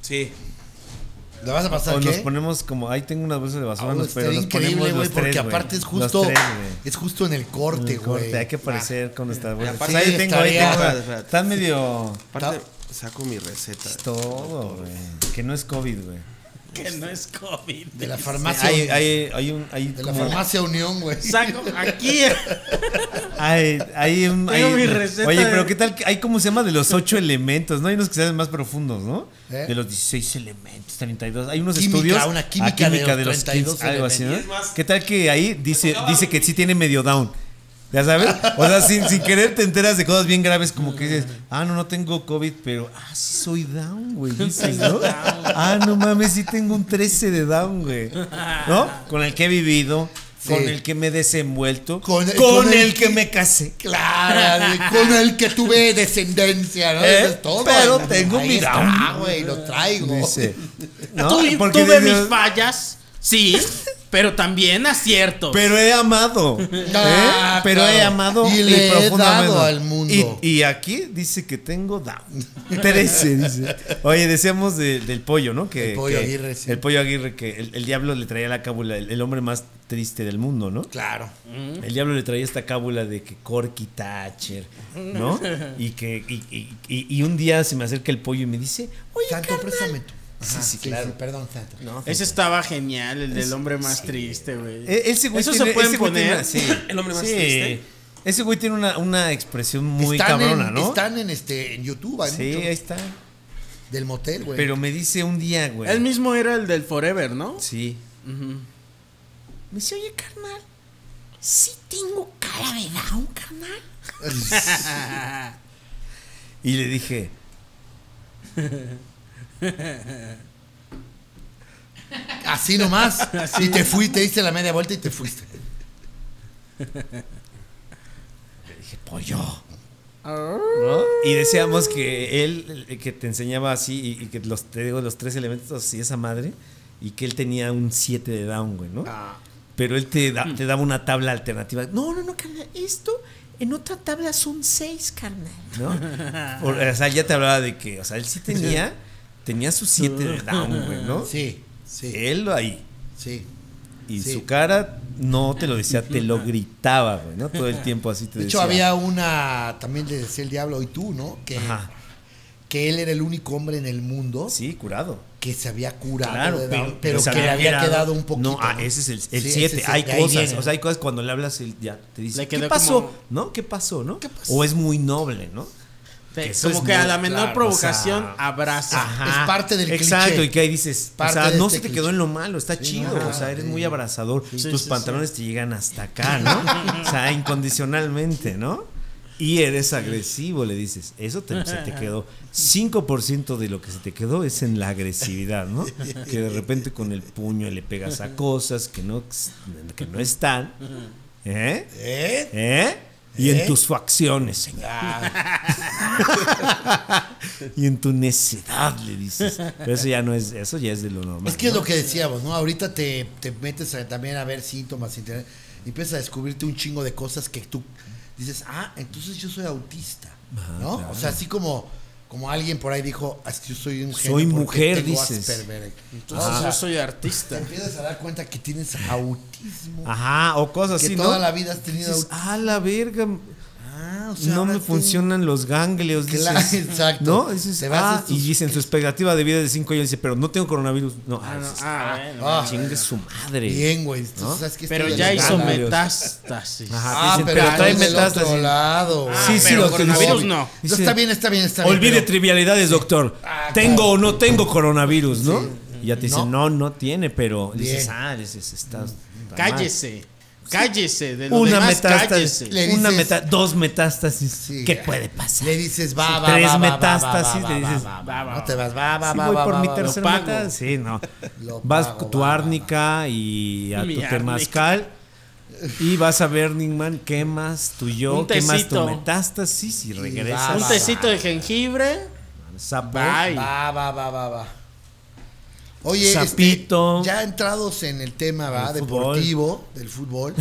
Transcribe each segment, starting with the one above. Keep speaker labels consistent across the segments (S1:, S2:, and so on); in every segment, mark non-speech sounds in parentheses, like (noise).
S1: Sí.
S2: ¿La vas a pasar
S3: O nos
S2: qué?
S3: ponemos como, ahí tengo unas bolsas de basura,
S2: Ah,
S3: nos- pero
S2: estaría
S3: nos
S2: increíble,
S3: ponemos
S2: güey,
S3: los
S2: porque
S3: tres, güey.
S2: aparte es
S3: Los
S2: justo
S3: tres, güey.
S2: es justo en el corte,
S3: El corte,
S2: güey.
S3: Hay que aparecer con nuestra bolsa.
S1: aparte-
S3: ahí
S2: Sí,
S3: tengo, ahí
S2: estaría-
S3: tengo.
S1: Espérate, espérate.
S3: Está medio.
S1: Aparte, saco mi receta.
S3: Es todo, güey. Que no es COVID, güey.
S1: Que no es COVID.
S2: De la farmacia.
S3: Hay, hay, hay un. Hay
S2: de la
S3: como-
S2: farmacia Unión, güey.
S1: Saco aquí.
S3: Hay, hay un.
S1: Tengo
S3: hay-
S1: mi receta
S3: oye, pero
S1: de-
S3: ¿qué tal? que Hay como se llama de los ocho elementos, ¿no? Hay unos que se hacen más profundos, ¿no?
S2: ¿Eh?
S3: De los 16 elementos, 32. Hay unos
S2: Química,
S3: estudios.
S2: una
S3: ah,
S2: química de los 32
S3: 15, algo así,
S1: elementos. Y es más-
S3: ¿no? ¿Qué tal que ahí dice, dice que sí tiene medio down? ¿Ya sabes? O sea, sin, sin querer te enteras de cosas bien graves, como que dices, ah, no, no tengo COVID, pero, ah, sí soy down, güey. Dices, ¿no? Ah, no mames, sí tengo un 13 de down, güey. ¿No? Con el que he vivido,
S2: Sí.
S3: con el que me he desenvuelto,
S2: Con-
S3: con,
S2: con
S3: el,
S2: el-
S3: que me casé.
S2: (laughs) Claro, güey, con el que tuve descendencia, ¿no?
S3: ¿Eh?
S2: Eso es todo.
S3: Pero
S2: güey.
S3: tengo
S2: Ahí
S3: mi
S2: está,
S3: down.
S2: güey, lo traigo.
S3: Dice, ¿no?
S4: Tuve,
S3: Porque
S4: tuve
S3: dices,
S4: mis fallas,
S3: (laughs)
S4: sí, pero también acierto.
S3: Pero
S2: (laughs)
S3: he amado.
S2: Ah,
S3: ¿eh? Pero
S2: claro.
S3: he amado
S2: Y le he dado al mundo.
S3: Y, y aquí dice que tengo down. (laughs) 13, dice. Oye, decíamos de- del pollo, ¿no? Que,
S2: El pollo
S3: que-
S2: Aguirre, sí.
S3: El pollo Aguirre, que el, el diablo le traía la cábula, el, el hombre más triste del mundo, ¿no?
S2: Claro.
S3: El diablo le traía esta cábula de que Corky Thatcher,
S2: (laughs)
S3: ¿no? Y que y, y- y- y un día se me acerca el pollo y me dice, oye,
S2: Santo,
S3: carnal,
S2: préstame tú.
S3: Sí,
S2: Ajá,
S3: sí, claro.
S2: perdón, Santo.
S3: No,
S4: Ese estaba genial, el del hombre más triste, güey.
S3: E- Ese güey
S4: Eso
S3: tiene-
S4: se pueden
S3: ese güey tiene
S4: poner.
S3: una- sí.
S1: El hombre más
S3: Sí.
S1: triste.
S3: Ese güey tiene una, una expresión muy
S2: están
S3: cabrona,
S2: en,
S3: ¿no?
S2: Están en, este, en YouTube, hay
S3: sí,
S2: muchos
S3: ahí está.
S2: del motel, güey.
S3: Pero me dice un día, güey.
S4: Él mismo era el del Forever, ¿no?
S3: Sí.
S4: Ujú.
S3: Me dice, oye, carnal, sí tengo cara de down, carnal.
S4: Ah.
S3: y le dije.
S2: (laughs) Así
S3: (laughs)
S2: nomás. y te fuiste, diste la media vuelta y te fuiste.
S3: dije, pollo. ¿No? Y decíamos que él, eh, que te enseñaba así, y, y que los, te digo, los tres elementos y esa madre, y que él tenía un 7 de down, güey, ¿no?
S2: Ah,
S3: Pero él te, da-
S2: Mm.
S3: te daba una tabla alternativa. No, no, no, carnal, esto en otra tabla son 6, carnal,
S2: (laughs)
S3: ¿no? O, o sea, ya te hablaba de que, o sea, él sí tenía, tenía su 7 de down, güey, ¿no?
S2: Sí, sí,
S3: Él ahí.
S2: sí.
S3: Y
S2: Sí.
S3: su cara no te lo decía,
S2: (laughs)
S3: te lo gritaba, güey, ¿no? Todo el tiempo así te
S2: De hecho,
S3: decía.
S2: había una, también le decía el diablo, y tú, ¿no? Que,
S3: Ajá.
S2: que él era el único hombre en el mundo
S3: Sí, curado.
S2: que se había curado,
S3: Claro,
S2: de
S3: pero,
S2: Down, pero,
S3: pero se
S2: que le había quedado, un poquito.
S3: No, ah, ese es el
S2: Sí,
S3: 7.
S2: ese es el-
S3: hay
S2: de ahí
S3: cosas,
S2: viene.
S3: o sea, hay cosas cuando le hablas, él ya te dice,
S4: Le
S3: ¿qué
S4: quedó
S3: pasó?
S4: como-
S3: ¿No? ¿Qué pasó? ¿No?
S2: ¿Qué pasó?
S3: O es muy noble, ¿no?
S4: Te-
S3: eso
S4: Como
S3: es
S4: que a
S3: muy
S4: la menor
S3: claro,
S4: provocación
S3: o sea,
S4: abraza.
S2: Es parte del
S3: Exacto,
S2: cliché.
S3: y que ahí dices, o
S2: Parte
S3: sea,
S2: de
S3: no
S2: este
S3: se te
S2: cliché.
S3: quedó en lo malo, está chido,
S2: no,
S3: o sea, eres
S2: sí.
S3: muy abrazador,
S4: Sí,
S3: tus
S4: sí,
S3: pantalones te llegan hasta acá, ¿no? o sea, incondicionalmente, ¿no? Y eres agresivo, le dices. Eso te, se te quedó. 5% de lo que se te quedó es en la agresividad, ¿no? Que de repente con el puño le pegas a cosas que no, que no están. ¿Eh?
S2: ¿Eh?
S3: ¿Eh? Y en
S2: ¿Eh?
S3: tus facciones, señor.
S2: Ah,
S3: (laughs) Y en tu necedad le dices. Pero eso ya no es, eso ya es de lo normal.
S2: es que es
S3: ¿no?
S2: lo que decíamos, ¿no? Ahorita te, te metes a- también a ver síntomas, internet, y empiezas a descubrirte un chingo de cosas que tú dices, ah, entonces yo soy autista,
S3: Ah,
S2: ¿no?
S3: claro.
S2: O sea, así como, como alguien por ahí dijo, es que yo soy un genio
S3: Soy
S2: porque
S3: mujer,
S2: tengo
S3: dices.
S2: Asperger.
S4: Entonces
S2: Ah.
S4: yo soy artista.
S2: Te empiezas a dar cuenta que tienes autismo.
S3: Ajá, o cosas
S2: que
S3: así,
S2: toda
S3: ¿no?
S2: la vida has tenido
S3: Dices,
S2: autismo.
S3: ah, la verga.
S2: Ah, o
S3: no
S2: ahora
S3: me
S2: tú-
S3: funcionan los ganglios.
S2: Claro,
S3: dices,
S2: exacto.
S3: ¿No? Dices,
S2: Te basas
S3: ah,
S2: tus-
S3: y dicen su expectativa de vida de 5 años. Dice, pero no tengo coronavirus. No, ah,
S4: Ah, no,
S3: dices,
S4: ah, bueno.
S2: Ah,
S3: chingue su madre.
S2: Bien, güey. Entonces,
S3: ¿No?
S2: ¿sabes qué?
S4: Pero
S2: Estoy
S4: ya
S2: de
S4: hizo
S2: lana.
S3: me-
S4: metástasis.
S3: Ajá.
S2: Ah,
S3: Dicen,
S2: pero,
S3: pero trae
S2: trae del otro
S3: metástasis.
S2: lado.
S4: Ah,
S3: sí, sí,
S4: pero
S3: lo que
S4: coronavirus
S3: dice.
S4: no.
S2: No, está bien, está bien, está bien.
S3: Olvide
S2: pero-
S3: trivialidades, doctor.
S2: Ah,
S3: tengo
S2: claro.
S3: o no tengo coronavirus, ¿no? Y ya te dicen,
S2: No.
S3: no, no, tiene, pero dices,
S2: Bien. Mm,
S3: ah, dices, estás. está mal".
S4: Cállese. Cállese. De lo
S3: Una
S4: demás,
S3: metástasis.
S4: cállese.
S2: Le
S3: una
S2: dices-
S3: meta- dos metástasis.
S2: Sí.
S3: ¿Qué puede pasar?
S2: Le dices, va,
S3: Sí,
S2: va,
S3: tres
S2: va, va,
S3: metástasis,
S2: va, va,
S3: le
S2: va,
S3: dices,
S2: va, va,
S4: va,
S2: va,
S4: va.
S2: No te vas, va, "Ah, va,
S3: Sí,
S2: va,
S3: voy
S2: va,
S3: por
S2: va,
S3: mi
S2: va,
S3: tercer
S4: lo pago.
S3: meta- Sí, no.
S2: (laughs) Lo
S3: vas
S2: pago,
S3: con tu
S2: va, va,
S3: árnica y a
S4: Mi
S3: tu
S4: árnica.
S3: temazcal. Y vas a ver, Nickman, quemas tu yo,
S4: Un
S3: quemas tu
S4: tecito.
S3: metástasis y
S2: va,
S3: regresas.
S4: Un
S2: va,
S4: tecito de jengibre.
S3: Sapo.
S4: Bye.
S2: Va, va, va, va, va. Oye, este,
S3: Sapito.
S2: ya entrados en el tema ¿va?
S3: Del fútbol.
S2: deportivo del fútbol,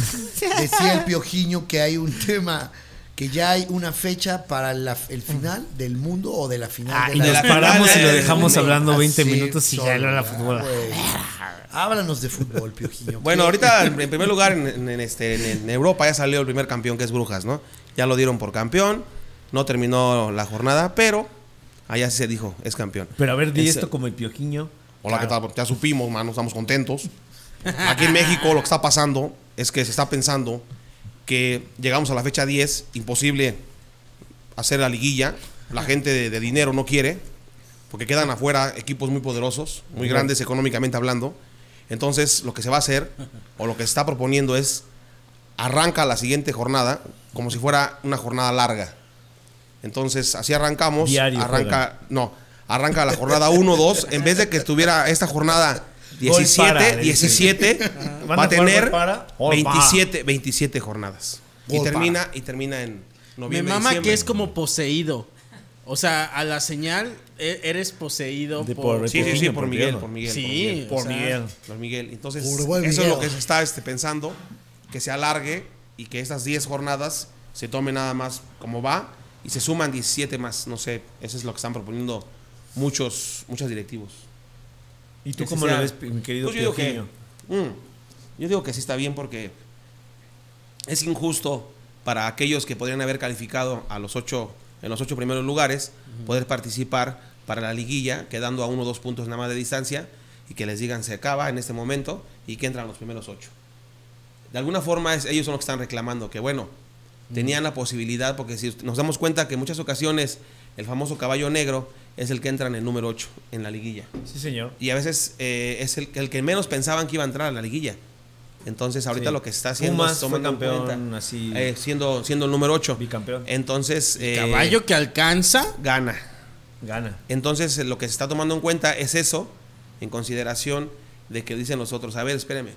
S2: decía el Piojiño que hay un tema que ya hay una fecha para la- el final del mundo o de la final
S3: Ah,
S2: de
S3: y
S2: la
S3: nos
S1: final ¿eh?
S3: paramos y lo
S1: del
S3: dejamos
S1: mundo.
S3: hablando 20
S2: Así,
S3: minutos y ya
S2: solo,
S3: era la
S2: ya,
S3: fútbol.
S2: güey. Háblanos de fútbol,
S1: (laughs)
S2: Piojillo.
S1: Bueno, ahorita en en primer lugar en, en- en este, en- en Europa ya salió el primer campeón que es Brujas, ¿no? Ya lo dieron por campeón, no terminó la jornada, pero allá sí se dijo, es campeón.
S3: Pero a ver, di
S1: Es-
S3: esto como el piojiño.
S1: Hola, ¿qué tal? Ya supimos, mano, estamos contentos. Aquí en México lo que está pasando es que se está pensando que llegamos a la fecha 10, imposible hacer la liguilla, la gente de, de dinero no quiere, porque quedan afuera equipos muy poderosos, muy grandes económicamente hablando. Entonces, lo que se va a hacer, o lo que se está proponiendo es, arranca la siguiente jornada como si fuera una jornada larga. Entonces, así arrancamos.
S3: Diario
S1: arranca, no, arranca la jornada 1, 2. En vez de que estuviera esta jornada
S3: Gol para,
S1: 17,
S3: le dicen. (laughs)
S1: 17,
S3: ¿Van
S1: va
S3: a
S1: a
S3: jugar gol
S1: tener
S3: para? Gol
S1: 27, 27 jornadas. Y
S2: Gol para.
S1: termina, y termina en
S4: Mi
S1: noviembre.
S4: mamá que
S1: diciembre.
S4: es como poseído. O sea, a la señal e- eres poseído
S3: De
S4: por...
S3: por-
S1: Sí, sí, sí, por
S3: Por
S1: Miguel,
S3: Miguel,
S1: por Miguel.
S4: Sí.
S1: por Miguel.
S3: Por
S4: o sea,
S3: Miguel.
S1: Por Miguel. Entonces,
S2: Por buen
S1: eso es
S2: Miguel.
S1: lo que se está este, pensando, que se alargue y que estas 10 jornadas se tomen nada más como va y se suman 17 más. No sé, eso es lo que están proponiendo muchos, muchos directivos.
S3: ¿Y tú
S1: Que
S3: cómo
S1: se
S3: lo
S1: sea-
S3: ves, mi querido
S1: Pues yo digo que,
S3: piojiño?
S1: mm, yo digo que sí está bien porque es injusto para aquellos que podrían haber calificado a los ocho, en los ocho primeros lugares, poder participar para la liguilla, quedando a uno o dos puntos nada más de distancia, y que les digan se acaba en este momento y que entran los primeros ocho. De alguna forma es, ellos son los que están reclamando, que bueno, tenían la posibilidad, porque si nos damos cuenta que en muchas ocasiones el famoso caballo negro es el que entra en el número 8 en la liguilla
S3: Sí, señor.
S1: y a veces eh, es el, el que menos pensaban que iba a entrar a la liguilla. Entonces ahorita
S3: Sí.
S1: lo que está haciendo
S3: Pumas
S1: es tomando
S3: fue
S1: en
S3: campeón, así.
S1: eh, siendo, siendo el número 8.
S3: Bicampeón.
S1: Entonces eh,
S4: Caballo que alcanza.
S1: gana.
S3: Gana.
S1: Entonces eh, lo que se está tomando en cuenta es eso, en consideración de que dicen los otros, a ver, espérenme,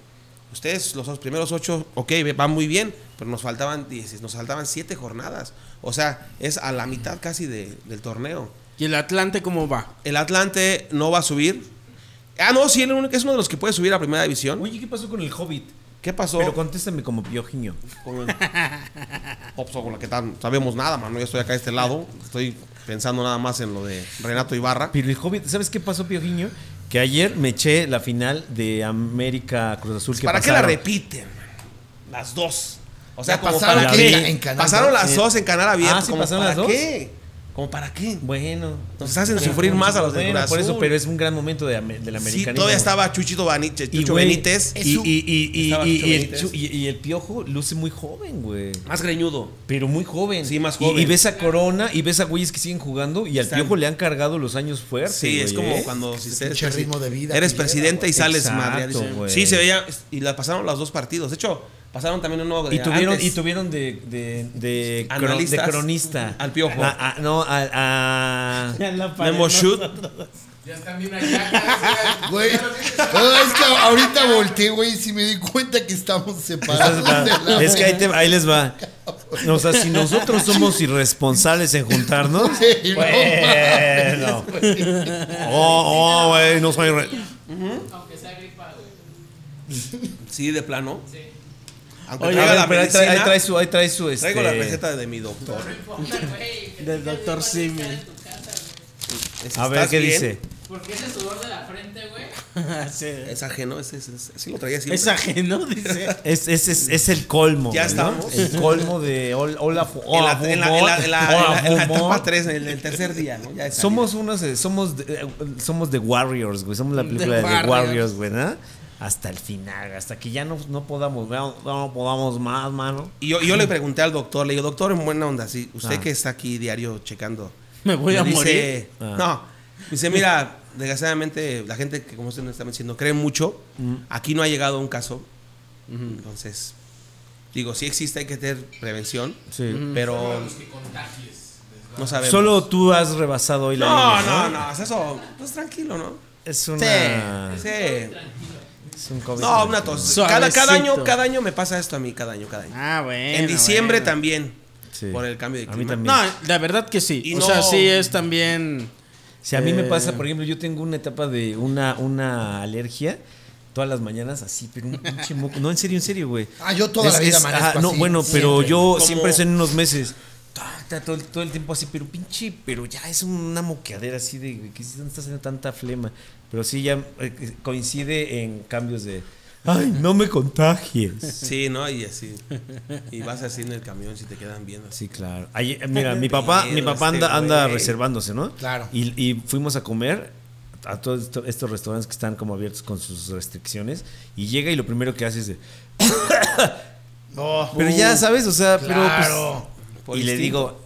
S1: ustedes los dos primeros ocho, ok, ve- van muy bien, pero nos faltaban 10, nos faltaban siete jornadas. O sea, es a la mitad casi de- del torneo.
S4: ¿Y el Atlante cómo va?
S1: El Atlante no va a subir. Ah, no, sí, el único- es uno de los que puede subir a primera división.
S3: Oye, ¿qué pasó con el Hobbit?
S1: ¿Qué pasó?
S3: Pero contéstame como piojiño.
S1: con el- Oh, pues, con la que tan- sabemos nada, mano. Yo estoy acá de este lado. Estoy pensando nada más en lo de Renato Ibarra.
S3: Pero el Hobbit, ¿sabes qué pasó, piojiño? Que ayer me eché la final de América Cruz Azul. que
S1: ¿Para qué la
S3: pasaron.
S1: repiten? Las dos. O sea,
S2: Ya
S1: como
S2: pasaron
S1: para
S3: aquí
S1: qué.
S3: en-
S2: en Canal
S1: pasaron
S2: dos.
S1: las dos en canal abierto.
S3: Ah, sí,
S1: como
S3: pasaron
S1: para
S3: las dos.
S1: qué? ¿Como para qué?
S3: Bueno.
S1: Nos hacen sufrir más a los de
S3: Bueno,
S1: Cruz
S3: Por eso,
S1: Azul.
S3: pero es un gran momento de, ame- del
S1: Sí,
S3: americanismo.
S1: todavía estaba Chuchito Banítez,
S3: y
S1: Chucho
S3: güey,
S1: Benítez.
S3: Y, y- y- y-
S1: Estaba Chucho
S3: y el,
S1: Benítez.
S3: Chu- y- y el piojo luce muy joven, güey.
S1: Más greñudo.
S3: Pero muy joven.
S1: Sí, más
S3: Y- Y,
S1: joven.
S3: ves a Corona y ves a güeyes que siguen jugando y al
S1: Están-
S3: piojo le han cargado los años fuertes. ¿eh?
S1: Sí, es como cuando si
S2: ese
S1: eres
S2: pinche
S1: presi-
S2: ritmo de vida
S1: eres
S2: que lleva,
S1: presidente
S2: güey.
S1: y sales
S3: Exacto,
S1: madre. dicen.
S3: güey.
S1: Sí, se veía y la pasaron los dos partidos. De hecho, pasaron también uno de
S3: Y tuvieron,
S1: antes.
S3: y tuvieron de, de, de, cro-
S1: Analistas.
S3: de cronista.
S1: Al Piojo.
S3: A- a- no, a- a-
S1: Memo Shoot.
S5: Ya están bien allá.
S2: Güey, no, es que ahorita volteé, güey, y si me di cuenta que estamos separados. de (laughs) la-
S3: es que ahí, te- ahí les
S2: (laughs)
S3: va. O sea, si nosotros somos irresponsables en juntarnos.
S2: Güey, no
S3: Bueno. Oh, oh, güey, no soy. re-
S5: Aunque sea gripa, güey.
S1: Sí, de plano. Aunque
S3: Oye,
S1: traiga
S3: a ver,
S1: la
S3: pero ahí trae,
S1: medicina,
S3: ahí trae su. Ahí trae su este,
S1: traigo la receta de mi doctor.
S5: No importa, güey. que
S4: Del
S5: tengas
S4: Dr.
S5: gripa,
S4: Simi.
S5: estar en tu casa, güey.
S1: Es-
S3: A ver
S1: ¿estás
S3: qué
S1: bien?
S3: dice.
S5: Porque ese sudor de la frente, güey.
S4: (laughs) Sí.
S1: Es ajeno, es, es- es- sí lo traía siempre.
S4: Es ajeno, dice.
S1: (laughs)
S3: Es, es, es, es el colmo.
S1: Ya
S3: ¿no?
S1: estamos.
S3: El colmo de Ol- Olaf.
S1: En la-
S3: Olaf
S1: en la- en la- en la-
S3: Olaf
S1: en la
S3: Humor.
S1: etapa 3, en el, el tercer día, ¿no? Ya de salida.
S3: Somos unos, eh, somos, de- eh, somos de Warriors, güey. Somos la película de, The
S4: Warriors.
S3: Warriors, güey, ¿no? Hasta el final, hasta que ya no, no podamos, no, no podamos más, mano.
S1: Y yo, y yo le pregunté al doctor, le digo, doctor, en buena onda, sí, usted
S3: Ah.
S1: que está aquí diario checando.
S4: Me voy a
S1: me
S4: morir.
S1: dice,
S3: Ah.
S1: No, me dice, mira, desgraciadamente la gente que como ustedes nos están diciendo cree mucho,
S3: Mm.
S1: aquí no ha llegado un caso, entonces, digo, sí existe, hay que tener prevención,
S3: Sí.
S1: pero
S5: Que contagies.
S1: no sabemos.
S3: Solo tú has rebasado hoy la
S1: No,
S3: línea,
S1: no, no, es eso, pues tranquilo, ¿no?
S3: Es una.
S1: Sí.
S3: es un COVID.
S1: No, una tos. Cada, cada
S4: Suavecito.
S1: año, cada año me pasa esto a mí, cada año, cada año.
S4: Ah, bueno.
S1: en diciembre
S4: bueno.
S1: también,
S3: Sí.
S1: por el cambio de
S3: A mí
S1: clima.
S3: también.
S4: No, la verdad que sí.
S1: Y
S4: o
S1: no-
S4: sea, sí es también.
S3: Si a mí me
S4: Eh.
S3: pasa, por ejemplo, yo tengo una etapa de una, una alergia todas las mañanas así, pero un pinche moco. No, en serio, en serio, güey.
S2: Ah, yo toda la vida amanezco
S3: No,
S2: así,
S3: bueno, pero
S2: siempre.
S3: yo
S1: Como-
S3: siempre es en unos meses. ta, ta, todo, el- todo el tiempo así, pero pinche, pero ya es una moqueadera así de, güey, ¿qué es- ¿dónde está haciendo tanta flema? Pero sí ya eh, coincide en cambios de, ay, no me contagies.
S1: Sí, ¿no? Y así. Y vas así en el camión si te quedan viendo así.
S3: Sí, claro. Ayer- mira, mi papá, mi
S1: Pedo
S3: papá
S1: este
S3: anda, anda
S1: güey.
S3: reservándose, ¿no?
S2: Claro.
S3: Y, y fuimos a comer a todos esto- estos restaurantes que están como abiertos con sus restricciones. Y llega y lo primero que hace es de.
S2: No,
S3: Pero ya sabes, o sea, pero
S2: Uh, claro.
S3: pues.
S1: Por
S3: y le
S1: instinto.
S3: digo,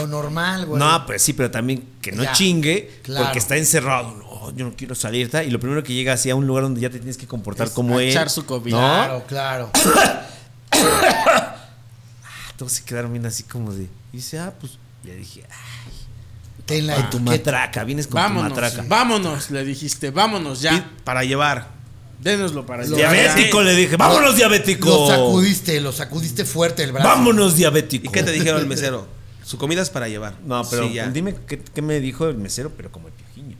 S2: Lo normal, güey.
S3: no, pues sí, pero también que no
S2: Ya,
S3: chingue,
S2: claro.
S3: porque está encerrado. No, yo no quiero salir, ta, y lo primero que llega así a un lugar donde ya te tienes que comportar
S4: Es
S3: como
S4: a
S3: él.
S4: echar su COVID.
S3: ¿no?
S2: Claro, claro.
S3: Todos se quedaron bien así como de. Y dice, ah, pues. Le dije, ah,
S2: Ten la
S3: tu
S2: etiqueta.
S3: matraca, vienes con
S4: Vámonos,
S3: tu matraca.
S4: vámonos, le dijiste, vámonos ya.
S1: Para llevar.
S4: Dénoslo para
S2: Lo-
S4: llevar.
S3: Diabético, le dije, vámonos, diabético.
S2: Lo sacudiste, lo sacudiste fuerte el brazo.
S3: Vámonos,
S1: ¿Y
S3: diabético.
S1: qué te dijeron el mesero? Su comida es para llevar.
S3: No, pero
S1: Sí, ya.
S3: dime qué, qué me dijo el mesero, pero como el piojiño.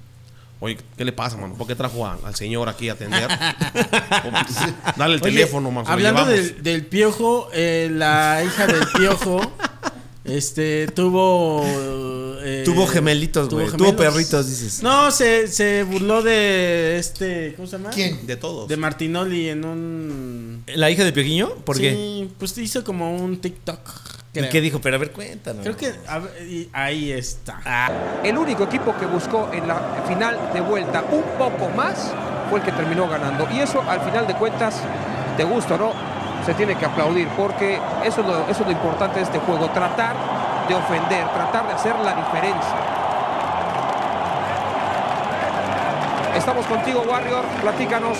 S1: Oye, ¿qué le pasa, mano? ¿Por qué trajo a- al señor aquí a atender? Dale el teléfono, mano. se lo
S4: Hablando
S1: llevamos.
S4: del, del piojo, eh, la hija del piojo este, tuvo. eh,
S3: Tuvo gemelitos, güey. Tuvo
S4: gemelos.
S3: perritos, dices.
S4: No, se, se burló de este. ¿Cómo se llama?
S2: ¿Quién?
S1: De todos.
S4: De Martinoli en un.
S3: ¿La hija de piojiño? ¿Por qué?
S4: Sí, pues hizo como un TikTok.
S3: ¿Y
S4: creo.
S3: qué dijo? Pero a ver, cuéntanos.
S4: Creo que a ver, y ahí está.
S6: El único equipo que buscó en la final de vuelta un poco más fue el que terminó ganando. Y eso, al final de cuentas, te gusta o no, se tiene que aplaudir, porque eso es lo, eso es lo importante de este juego, tratar de ofender, tratar de hacer la diferencia. Estamos contigo, Warrior, platícanos.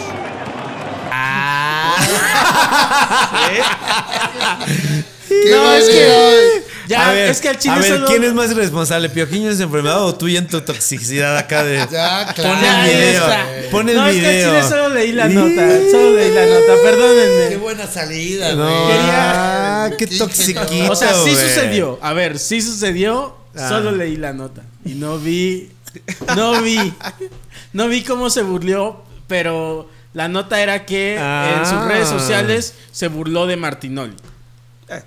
S2: ¿Qué
S4: No, es que. Ya,
S3: a ver,
S4: es que al chile
S3: a ver,
S4: solo-
S3: ¿quién es más responsable? ¿Piojiño en su enfermedad o tú y en tu toxicidad acá de.
S2: Ya,
S3: Pon
S2: claro.
S4: (laughs) Ya, ahí
S3: el video. eh.
S4: está.
S3: Pon el
S4: no,
S3: video.
S4: es que al chile solo leí la
S3: Y-
S4: nota. Solo leí la nota,
S2: Qué
S4: perdónenme.
S2: buena salida,
S3: No,
S2: güey.
S4: Quería-
S3: ah, qué
S2: Qué
S3: toxiquito.
S4: O sea, sí
S3: güey.
S4: sucedió. A ver, sí sucedió.
S3: Ah.
S4: Solo leí la nota. Y no vi. No vi. No vi cómo se burló. Pero la nota era que
S3: Ah.
S4: en sus redes sociales se burló de Martinoli.
S1: Eh,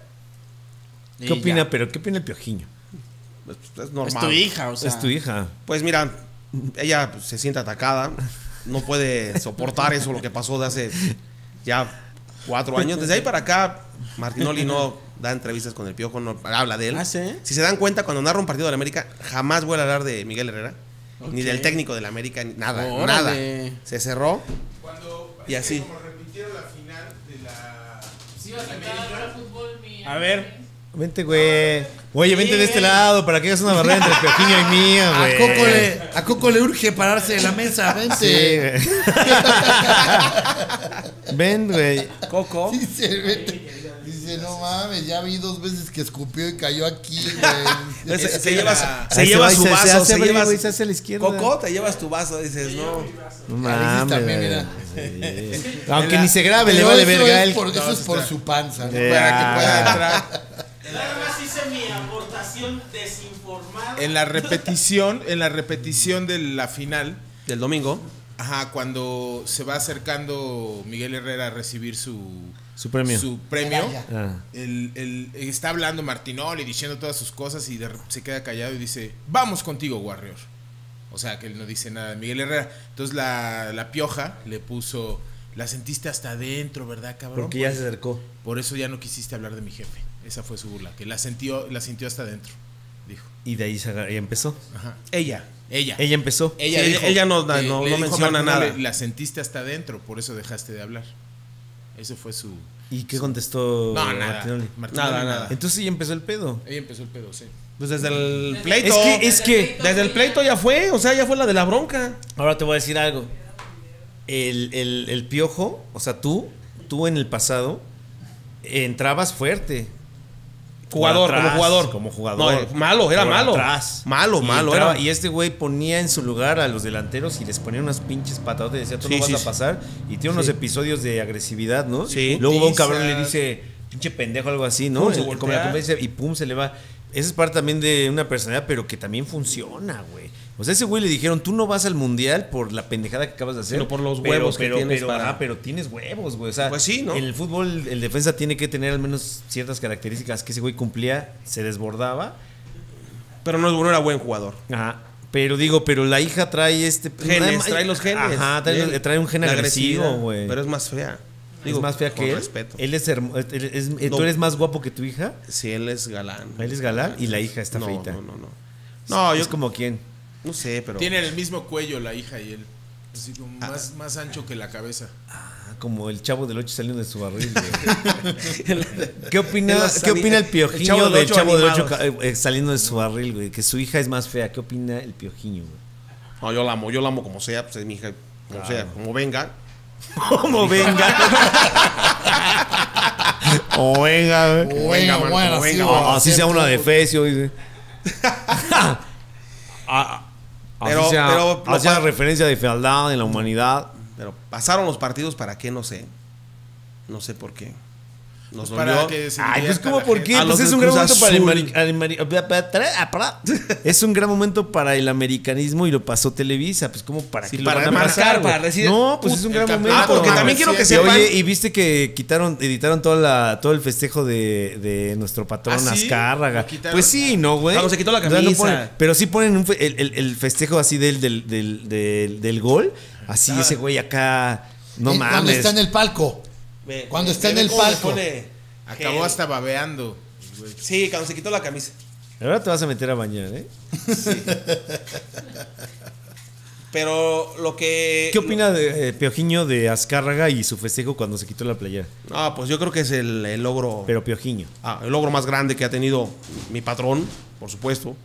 S4: Y
S3: ¿Qué
S4: ya.
S3: opina, pero qué opina el piojiño?
S1: pues, es
S4: Es
S1: normal.
S4: tu hija, o sea.
S3: es tu hija.
S1: Pues mira, ella pues, se siente atacada, no puede soportar eso, lo que pasó de hace ya cuatro años. Desde ahí para acá, Martinoli no da entrevistas con el Piojo, no habla de él.
S4: Ah, ¿sí?
S1: Si se dan cuenta, cuando narra un partido de la América, jamás vuelve a hablar de Miguel Herrera, ni
S4: Ok.
S1: del técnico de la América, ni nada,
S4: Órale.
S1: nada. Se cerró.
S5: Cuando.
S1: Y
S5: es que
S1: así.
S5: Como repitieron la final de la. Si ibas a entrar a ver a fútbol, mi.
S4: A ver.
S3: Vente, güey. Oye, vente de este lado para que hagas una barrera entre Piojiño y mía,
S2: A
S3: güey.
S2: Coco, le, a Coco le urge pararse de la
S3: (laughs)
S2: mesa, vente.
S3: Sí, güey. Ven, güey.
S1: Coco.
S2: Dice, vete. Dice, no mames, ya vi dos veces que escupió y cayó aquí,
S3: (laughs)
S2: güey.
S1: Se,
S2: Dice,
S1: se lleva, su- se
S3: Ahí
S1: lleva
S3: va y
S1: su
S3: se- se
S1: vaso,
S3: hace,
S1: se
S3: güey,
S1: lleva
S3: güey,
S1: su-
S3: se hace a la izquierda.
S1: Coco, te llevas tu vaso, dices, no.
S3: No
S2: Alexis
S3: mames,
S2: también,
S3: güey.
S2: mira.
S3: Sí. Aunque ni se grabe, le
S2: Pero
S3: vale
S2: eso
S3: verga
S2: es
S3: él.
S2: por- Eso es por su panza, ¿no?
S3: Eh,
S2: Para que pueda
S3: ah.
S2: entrar.
S4: Nada más hice mi aportación desinformada.
S5: En la repetición, en la repetición de la final,
S1: Del domingo.
S5: Ajá, cuando se va acercando Miguel Herrera a recibir su,
S3: Su premio.
S5: su premio,
S2: Medalla.
S3: Ah.
S5: el- el- está hablando Martinoli diciendo todas sus cosas y de re- se queda callado y dice, vamos contigo, Warrior. O sea, que él no dice nada de Miguel Herrera. Entonces la, la pioja le puso, la sentiste hasta adentro, ¿verdad, cabrón?
S3: Porque ya se acercó.
S5: Por eso ya no quisiste hablar de mi jefe. Esa fue su burla, que la, sintió, la sintió hasta adentro, dijo.
S3: Y de ahí se agarra- y empezó.
S5: Ajá.
S1: Ella.
S5: Ella.
S3: Ella em- empezó.
S1: Sí,
S5: dijo
S1: ella no-
S5: que
S1: no-
S5: le
S1: no
S5: dijo a
S1: menciona
S5: Martina,
S1: nada.
S5: "Le- La sentiste hasta adentro, por eso dejaste de hablar. Eso fue su.
S3: ¿Y qué contestó
S5: No, nada.
S3: Martinoli?
S5: Martinoli,
S1: Nada,
S5: nada.
S1: nada.
S3: Entonces sí empezó el pedo.
S5: Ella empezó el pedo, sí.
S1: Pues desde el
S5: Desde-
S1: pleito.
S3: Es que, es que,
S1: Desde el pleito ya fue, o sea, ya fue la de la bronca.
S3: Ahora te voy a decir algo. El, el- el piojo, o sea, tú, tú en el pasado, entrabas fuerte.
S1: Jugador,
S3: Por atrás,
S1: como jugador.
S3: Como jugador.
S1: No, eh, malo, era
S3: Por
S1: malo.
S3: atrás.
S1: Malo,
S3: Y
S1: malo,
S3: entraba-
S1: era.
S3: Y este güey ponía en su lugar a los delanteros y les ponía unas pinches patadas. Y decía, tú
S1: Sí,
S3: no vas
S1: sí,
S3: a
S1: sí.
S3: pasar. Y tiene unos
S1: Sí.
S3: episodios de agresividad, ¿no?
S1: Sí.
S3: Luego va un
S5: Putizas.
S3: cabrón y le dice, pinche pendejo, algo así, ¿no?
S1: Pum, se
S3: El- como
S1: voltea.
S3: la competencia, y pum, se le va. Esa es parte también de una personalidad, pero que también funciona, güey. O sea, ese güey le dijeron, tú no vas al mundial por la pendejada que acabas de hacer.
S1: Sino por los
S3: pero-
S1: huevos que
S3: pero-
S1: tienes
S3: pero,
S1: para-
S3: ah, pero tienes huevos, güey. O sea,
S1: Pues sí, ¿no?
S3: en el fútbol el defensa tiene que tener al menos ciertas características que ese güey cumplía, se desbordaba.
S1: Pero no, no era buen jugador.
S3: Ajá. Pero digo, pero la hija trae este...
S1: Genes, trae los genes.
S3: Ajá, trae,
S1: Bien.
S3: trae un gen
S1: La
S3: agresivo,
S1: agresiva,
S3: güey.
S1: Pero es más fea.
S3: es más fea
S1: con
S3: que él.
S1: respeto.
S3: Él es hermo- él es- eh, Tú
S1: No.
S3: eres más guapo que tu hija.
S1: Si él es galán.
S3: Él es galán y la hija está
S1: no,
S3: feita.
S1: No, no, no. No,
S3: es
S1: yo
S3: como quién.
S1: no sé, pero
S5: Tienen el mismo cuello la hija y él. Así como más, más ancho que la cabeza.
S3: Ah, como el chavo del 8 saliendo de su barril. güey.
S1: el (laughs)
S3: ¿Qué opina,
S1: En las
S3: ¿qué opina el
S1: ani-
S3: piojiño
S1: el Chavo del
S3: del
S1: Ocho
S3: chavo del 8
S1: animados.
S3: saliendo de su barril, güey? Que su hija es más fea. ¿Qué opina el piojiño, güey?
S1: No, yo la amo, yo la amo como sea, pues es mi hija, como sea, como venga.
S3: (laughs) Como venga. o venga, güey.
S2: Venga,
S1: mano,
S2: bueno,
S1: venga,
S2: sí,
S1: o
S2: bueno,
S3: así sea
S2: siempre-
S3: una de fecio, (laughs) dice.
S1: Pero-
S3: Ah, así sea,
S1: pero-
S3: así sea referencia de fealdad en la humanidad.
S1: Pero pasaron los partidos para qué no sé. No sé por qué. Nos
S5: Para
S1: dolió.
S5: que se
S3: Ay, pues
S5: divierta
S3: como
S5: la
S3: por
S5: gente.
S3: qué,
S1: A
S3: Pues
S1: los
S3: es
S1: del
S3: un gran
S1: Cruz
S3: momento para el
S1: Azul.
S3: mari- al
S1: (laughs)
S3: mari- ah, es un gran momento para el americanismo y lo pasó Televisa, pues como para
S1: Sí,
S3: qué
S1: para
S3: lo van a
S1: marcar,
S3: pasar, güey?
S1: para decir,
S3: No, pues
S1: put-
S3: es un
S5: el
S3: gran
S5: campeón.
S3: momento.
S1: Ah, porque
S5: No,
S1: también
S5: mames,
S1: quiero que
S5: sí,
S3: Y
S1: sepan
S3: oye, y viste que quitaron, editaron toda la, todo el festejo de, de nuestro patrón
S5: ¿Ah, sí?
S3: Azcárraga.
S5: Lo quitaron.
S3: Pues sí, no, güey.
S1: Claro, se quitó la
S3: O sea, no
S1: camisa.
S3: ponen- pero sí ponen un fe- el, el- el festejo así del, del, del, del- del gol. Así
S1: Ah.
S3: ese güey acá. No
S1: Eh,
S2: Y Cuando
S3: mames.
S2: está en el palco.
S1: Ve,
S2: Cuando
S1: ve,
S2: está en
S1: ve
S2: el
S1: cómo se
S2: palco.
S1: pone
S5: Acabó
S1: gel.
S5: hasta babeando. güey.
S1: Sí, cuando se quitó la camisa.
S3: Ahora te vas a meter a bañar, ¿eh?
S1: Pero lo que
S3: ¿Qué opina de, eh, Piojiño de Azcárraga y su festejo cuando se quitó la playera?
S1: Ah, pues yo creo que es el, el logro
S3: Pero Piojiño.
S1: ah, el logro más grande que ha tenido mi patrón, por supuesto.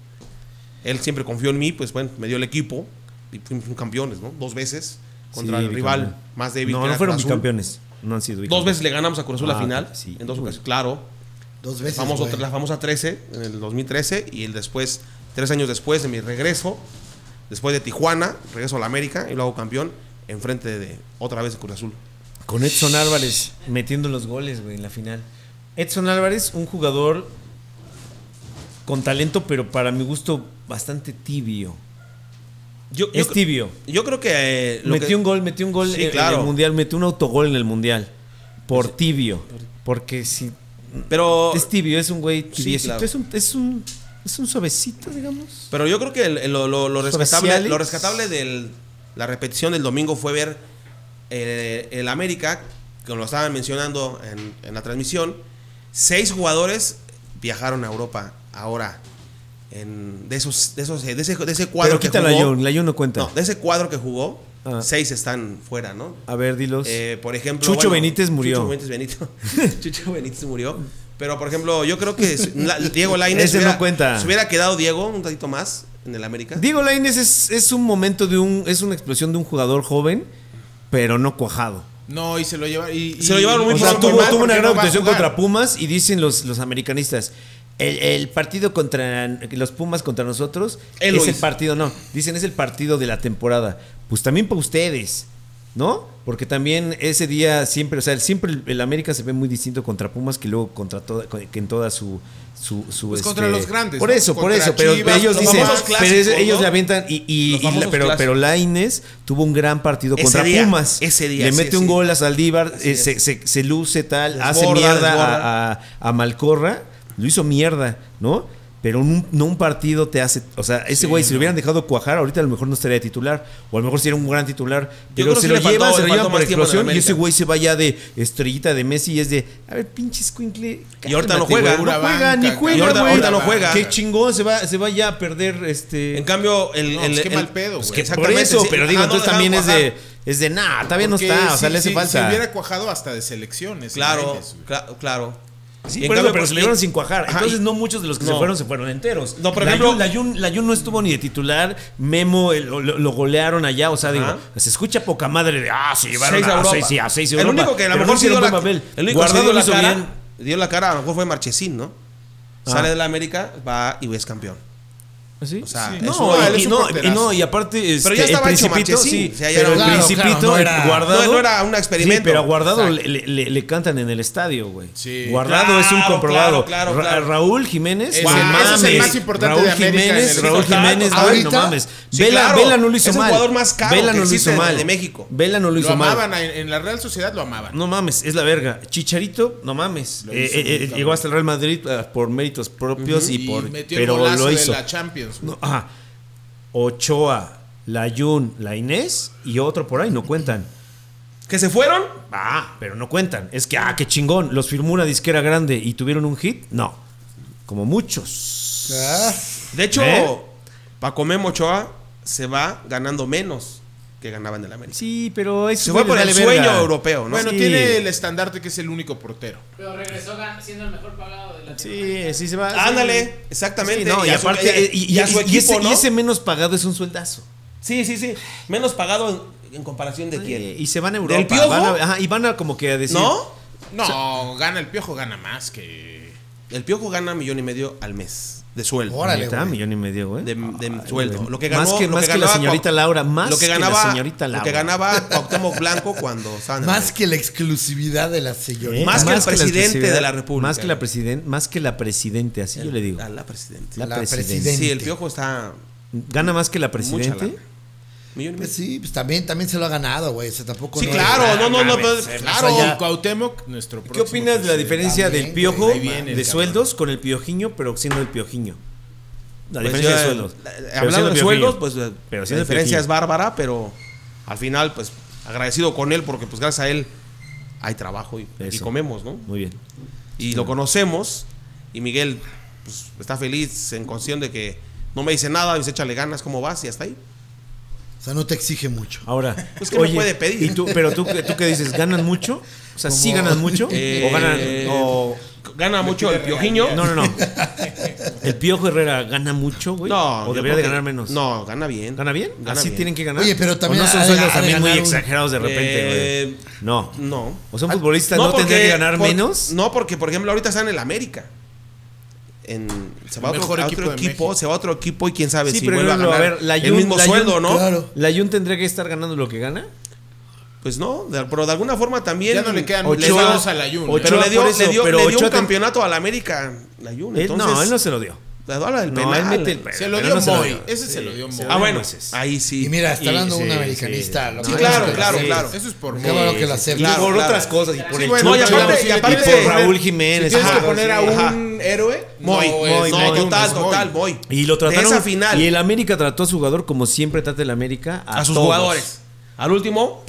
S1: Él siempre confió en mí, pues bueno, me dio el equipo y fuimos campeones, ¿no? Dos veces contra
S3: Sí,
S1: el rival
S3: bicampeón.
S1: más débil.
S3: No,
S1: que
S3: no
S1: era
S3: fueron
S1: Cruz Azul.
S3: bicampeones. No han sido
S1: Dos
S3: bicampeones.
S1: veces le ganamos a Cruz Azul
S3: Ah,
S1: la final.
S3: sí.
S1: en dos ocasiones, claro.
S2: Dos veces.
S1: Famoso-
S2: güey.
S1: la famosa 13 en el 2013 y el después, tres años después de mi regreso, después de Tijuana, regreso a la América y lo hago campeón enfrente de otra vez de Cruz Azul.
S3: Con Edson Álvarez metiendo los goles, güey, en la final. Edson Álvarez, un jugador con talento, pero para mi gusto bastante tibio.
S1: Yo,
S3: Es
S1: cre-
S3: tibio.
S1: Yo creo que. eh, lo
S3: metió
S1: que-
S3: un gol, metió un gol
S1: Sí,
S3: en- en,
S1: claro.
S3: el mundial, metió un autogol en el mundial. Por tibio. Porque si
S1: Pero,
S3: es tibio, es un güey tibiecito.
S1: Oh. claro.
S3: es, un, es, un, es un suavecito, digamos.
S1: pero yo creo que el- el- lo, lo- lo rescatable,
S3: Sociales.
S1: lo rescatable de la repetición del domingo fue ver eh, el América, como lo estaban mencionando en, en la transmisión. Seis jugadores viajaron a Europa ahora. En, de esos de esos de ese, de ese cuadro
S3: Pero quita
S1: que
S3: la
S1: jugó,
S3: John, la John no cuenta.
S1: No, de ese cuadro que jugó,
S3: Ah.
S1: seis están fuera, ¿no?
S3: A ver, dilos.
S1: Eh, por ejemplo.
S3: Chucho Benítez murió.
S1: Chucho Benítez, Benito. (laughs) Chucho Benítez murió. Pero, por ejemplo, yo creo que su-
S3: (laughs)
S1: la- Diego Lainez.
S3: Ese no cuenta.
S1: Se hubiera quedado Diego un ratito más en el América.
S3: Diego Lainez es, es un momento de un. Es una explosión de un jugador joven, pero no cuajado.
S5: No, y se lo llevaron. Y,
S1: Se lo
S5: y-
S1: llevaron muy
S5: o
S3: O
S1: por
S3: sea,
S1: lo
S5: sea,
S3: tuvo,
S5: mal
S3: tuvo una
S5: porque
S3: gran
S5: no va a
S3: actuación
S5: jugar.
S3: contra Pumas y dicen los, los americanistas. El, el partido contra los Pumas contra nosotros
S1: Él lo
S3: es el
S1: hizo.
S3: partido, no. Dicen es el partido de la temporada. Pues también para ustedes, ¿no? Porque también ese día siempre, o sea, siempre el, el América se ve muy distinto contra Pumas que luego contra toda, que en toda su. su, su, este,
S5: Pues contra los grandes,
S3: Por
S5: ¿no?
S3: eso, por
S5: Contra
S3: eso. Pero
S5: Chivas,
S3: ellos
S5: los
S3: dicen.
S5: famosos
S3: pero
S1: clásicos,
S3: ellos- ellos
S1: ¿no?
S3: le avientan. Y, y-
S1: Los
S3: y la-
S1: famosos
S3: pero, pero
S1: clásicos.
S3: Laines tuvo un gran partido
S1: Ese
S3: contra
S1: día,
S3: Pumas.
S1: ese día,
S3: Le
S1: sí,
S3: mete un
S1: sí.
S3: gol a Saldívar, eh,
S1: es.
S3: se, se- se luce tal,
S1: Desborda,
S3: hace mierda
S1: desborda.
S3: a, a- a Malcorra, lo hizo mierda, ¿no? Pero un- no un partido te hace. O sea, ese güey, si lo hubieran dejado cuajar, ahorita a lo mejor no estaría de titular. O a lo mejor sería un gran titular. Pero
S1: creo
S3: se
S1: que
S3: lo
S1: le faltó-
S3: lleva, se
S1: le
S3: lo lleva
S1: faltó
S3: por
S1: más tiempo en el
S3: explosión. Y
S1: América.
S3: ese güey se vaya de estrellita de Messi y es de. A ver, pinche escuincle.
S1: Y ahorita no juega.
S3: cálmate, güey, No
S5: Pura
S3: juega, ni
S5: banca,
S3: juega.
S1: y ahorita-
S3: güey.
S1: ahorita no juega.
S3: Qué chingón, se va, se va ya a perder este.
S1: En cambio, el.
S5: No,
S1: el-
S5: pues qué
S1: el-
S5: mal pedo, güey.
S1: que
S3: por
S1: exactamente,
S3: eso,
S1: sí.
S3: pero digo,
S1: Ajá, no
S3: entonces
S1: dejaron
S3: también es
S1: cuajar.
S3: de. Es de nada, todavía no
S5: Porque
S3: está, o sea,
S5: si-
S3: le hace
S5: si-
S3: falta.
S5: Si hubiera cuajado hasta de selecciones.
S1: Claro,
S5: Lainez, güey.
S1: cla- claro.
S3: Sí,
S1: Y en
S3: por eso,
S1: cambio,
S3: pero
S1: pues,
S3: se le dieron
S1: y-
S3: sin cuajar.
S1: Ajá,
S3: Entonces,
S1: y-
S3: no muchos de los que se
S1: no.
S3: fueron se fueron enteros.
S1: No, por
S3: La
S1: ejemplo-
S3: Jun- la Jun- la Jun no estuvo ni de titular. Memo eh, lo, lo- lo golearon allá. O sea, digo, se escucha poca madre de. Ah, se llevaron
S1: Seis
S3: a,
S1: a Europa.
S3: seis, y a seis a
S1: El
S3: Europa",
S1: único que a lo
S3: pero no
S1: mejor sí
S3: hicieron
S1: dio la,
S3: buen papel.
S1: el único que sí
S3: Guardado
S1: dio
S3: lo
S1: la
S3: hizo
S1: cara,
S3: bien.
S1: dio la cara, a lo mejor fue Marchesín, ¿no?
S3: Ah.
S1: Sale de la América, va y es campeón.
S3: ¿Sí?
S1: O sea,
S5: No,
S1: es-
S3: No,
S5: él
S3: y-
S5: es
S3: y
S5: un
S3: no, y
S5: porterazo.
S3: no, y aparte, este,
S1: ya
S3: el
S1: estaba hecho
S3: principito,
S1: Machecín.
S3: sí,
S1: O sea, ya
S3: pero
S1: era-
S3: el
S1: Claro,
S3: principito,
S2: claro, no era-
S3: guardado.
S1: No, no era un
S3: Sí,
S1: experimento.
S3: pero a guardado
S1: Exacto.
S3: le, le- le cantan en el estadio, güey.
S5: Sí.
S3: Guardado
S1: Claro,
S3: es un comprobado.
S1: claro, claro,
S3: Ra-
S1: claro.
S3: Raúl Jiménez,
S5: Ese-
S3: no
S5: ese es el
S3: mames.
S5: más importante
S3: Raúl
S5: de América en el
S3: Jiménez,
S5: equipo.
S3: Raúl
S5: Claro,
S3: Jiménez,
S2: claro.
S3: güey, no
S2: Ahorita-
S3: mames.
S1: Sí,
S3: Vela,
S1: claro.
S3: Vela no lo hizo
S1: Es el
S3: mal.
S1: jugador más caro
S3: Vela
S1: que
S3: no lo
S1: existe
S3: hizo
S1: en-
S3: mal.
S1: de México.
S3: Vela no lo hizo
S5: Lo
S3: mal.
S5: amaban, en, en la Real Sociedad lo amaban.
S3: No mames, es la verga. Chicharito, no mames.
S5: Lo
S3: Eh,
S5: hizo
S3: eh,
S5: muy
S3: eh,
S5: cabrón.
S3: llegó hasta el Real Madrid ah, por méritos propios y por.
S5: metió el
S3: Pero
S5: golazo
S3: lo hizo.
S5: de la Champions. güey.
S3: No, ajá. Ochoa, la Yun, la Inés y otro por ahí no cuentan.
S1: ¿Que se fueron?
S3: Ah, pero no cuentan. Es que, ah, qué chingón. Los firmó una disquera grande y tuvieron un hit. No. Como muchos.
S1: De hecho,
S3: ¿Eh?
S1: Paco Memo Ochoa se va ganando menos que ganaban del América.
S3: Sí, pero eso
S1: Se fue por el sueño europeo, ¿no?
S5: Bueno,
S3: Sí.
S5: tiene el estandarte que es el único portero.
S7: Pero regresó gan- siendo el mejor pagado de la
S3: Sí, sí se va. sí.
S1: Ándale, exactamente.
S3: Sí, no, y,
S1: a su-
S3: aparte,
S1: y a-
S3: y,
S1: y a su
S3: y- y ese,
S1: equipo, ¿no?
S3: y ese menos pagado es un sueldazo.
S1: Sí, sí, sí. Menos pagado en, en comparación de quién.
S3: Eh, Y se van a Europa.
S1: ¿Del Piojo?
S3: van a- ajá, y van a como que a decir.
S1: ¿No?
S5: No, gana el piojo, gana más que.
S1: El Piojo gana millón y medio al mes de sueldo.
S2: Órale,
S3: Neta,
S2: güey.
S3: millón y medio, güey.
S1: De, de
S3: Ay,
S1: sueldo.
S3: güey.
S1: Lo que ganó,
S3: más que,
S1: lo
S3: más que la
S1: ganaba
S3: señorita
S1: Cuau-
S3: Laura, más
S1: lo que,
S3: la
S1: ganaba,
S3: señorita Laura.
S1: Lo que ganaba Cuauhtémoc Blanco cuando Sandra.
S2: Más que la exclusividad de la
S3: ¿Eh?
S2: señorita.
S1: Más que el presidente
S3: exclusividad,
S1: de la República.
S3: Más que la, presidente más que la presidente, así yo le digo.
S1: A la presidenta.
S3: La,
S2: La
S3: presidenta.
S2: presidente.
S1: Sí, el Piojo está
S3: Gana más que la
S1: mucha
S3: presidente.
S1: lana. Millón y
S2: Pues
S1: medio.
S2: sí, pues también, también se lo ha ganado, güey. O sea, tampoco
S1: Sí,
S2: no-
S1: claro, no, no, no. pero-
S5: Claro,
S2: O sea, ya-
S5: Cuauhtémoc, nuestro
S3: ¿Qué
S5: próximo
S3: opinas de la
S5: presidente.
S3: diferencia
S2: También,
S3: del
S2: güey,
S3: piojo
S5: ahí viene el
S3: de
S5: cabrón.
S3: sueldos con el piojiño, pero siendo el piojiño? La
S1: Pues
S3: diferencia
S1: ya,
S3: de sueldos.
S1: eh,
S3: pero siendo
S1: Hablando de
S3: piojiño.
S1: sueldos, pues eh,
S3: Pero
S1: la
S3: siendo
S1: diferencia
S3: piojiño.
S1: es bárbara, pero al final, pues agradecido con él porque pues gracias a él hay trabajo y, y
S3: Eso.
S1: comemos, ¿no?
S3: Muy bien.
S1: Y lo conocemos y Miguel pues, está feliz en cuestión de que no me dice nada, dice échale ganas, ¿cómo vas? Y hasta ahí.
S2: O sea, no te exige mucho.
S3: Ahora,
S1: Pues, ¿qué me puede pedir?
S3: ¿y tú, pero tú, tú qué dices, ¿ganan mucho? O sea, ¿sí
S2: Como-
S3: ganan mucho?
S1: Eh,
S3: ¿O ganan? o-
S1: Gana mucho el piojiño.
S3: No, no, no. ¿El Piojo Herrera gana mucho, güey?
S1: No,
S3: ¿O
S1: yo
S3: debería
S1: creo
S3: de
S1: que-
S3: ganar menos?
S1: No, gana bien.
S3: ¿Gana bien?
S1: Gana
S3: Así
S1: bien.
S3: tienen que ganar.
S2: Oye, pero también
S3: ¿O no son
S2: ha- ha
S3: sueldos
S2: de
S3: también muy
S2: ganar un-
S3: exagerados de repente,
S1: Eh,
S3: güey. No.
S1: No.
S3: O sea, un futbolista no,
S1: porque-
S3: tendría que ganar
S1: por-
S3: menos.
S1: No, porque por ejemplo ahorita está en el América. En, se va a
S5: El
S1: otro,
S5: mejor
S1: a
S5: equipo
S1: otro
S5: de
S1: equipo,
S5: México.
S1: se va a otro equipo y quién sabe
S3: Sí,
S1: si
S3: pero
S1: vuelve a
S3: yo creo,
S1: ganar
S3: a ver, la
S1: el
S3: Jun-
S1: mismo
S3: la
S1: sueldo,
S3: Jun-
S1: ¿no?
S2: Claro.
S3: La Jun tendría que estar ganando lo que gana.
S1: Pues no, de- pero de alguna forma también
S5: Ya no le quedan
S1: Ochoa-
S5: le dados a la Jun.
S3: Ochoa-
S1: pero le dio,
S3: por eso,
S1: le dio,
S3: pero
S1: le dio
S3: Ochoa
S1: un
S3: te-
S1: campeonato al América la Jun,
S3: Él-
S1: entonces
S3: no, él no se lo dio.
S1: la la del
S3: No,
S1: penal.
S3: él mete el pe-
S5: Se lo
S3: pero
S5: dio
S3: no se lo
S5: Moy.
S3: dio.
S5: Ese se lo dio Moy.
S1: Ah, bueno,
S3: Moisés.
S1: ahí sí.
S2: Y mira, está
S3: Y-
S2: hablando
S3: sí,
S2: un
S3: sí,
S2: americanista.
S3: sí.
S2: lo
S3: Sí,
S2: que
S1: claro,
S2: es que
S1: claro,
S2: sí.
S1: claro.
S5: Eso es por
S2: Qué
S5: Moy.
S2: bueno que lo acepte.
S1: claro,
S3: por
S1: claro.
S3: otras cosas y por
S5: Sí,
S3: el
S5: bueno,
S1: No, y
S3: Chucho,
S1: aparte- y
S3: y
S1: aparte-
S3: por Raúl Jiménez.
S5: Si tienes
S1: Ajá.
S5: que poner a
S1: Ajá.
S5: un héroe,
S1: Moy,
S5: no,
S1: Moy,
S5: es
S1: no,
S5: la Jun,
S1: total,
S5: es Moy.
S1: total, Moy.
S3: Y lo trataron.
S1: de esa final
S3: Y el América trató a su jugador como siempre trata el América a,
S1: a, sus
S3: todos.
S1: jugadores. Al último,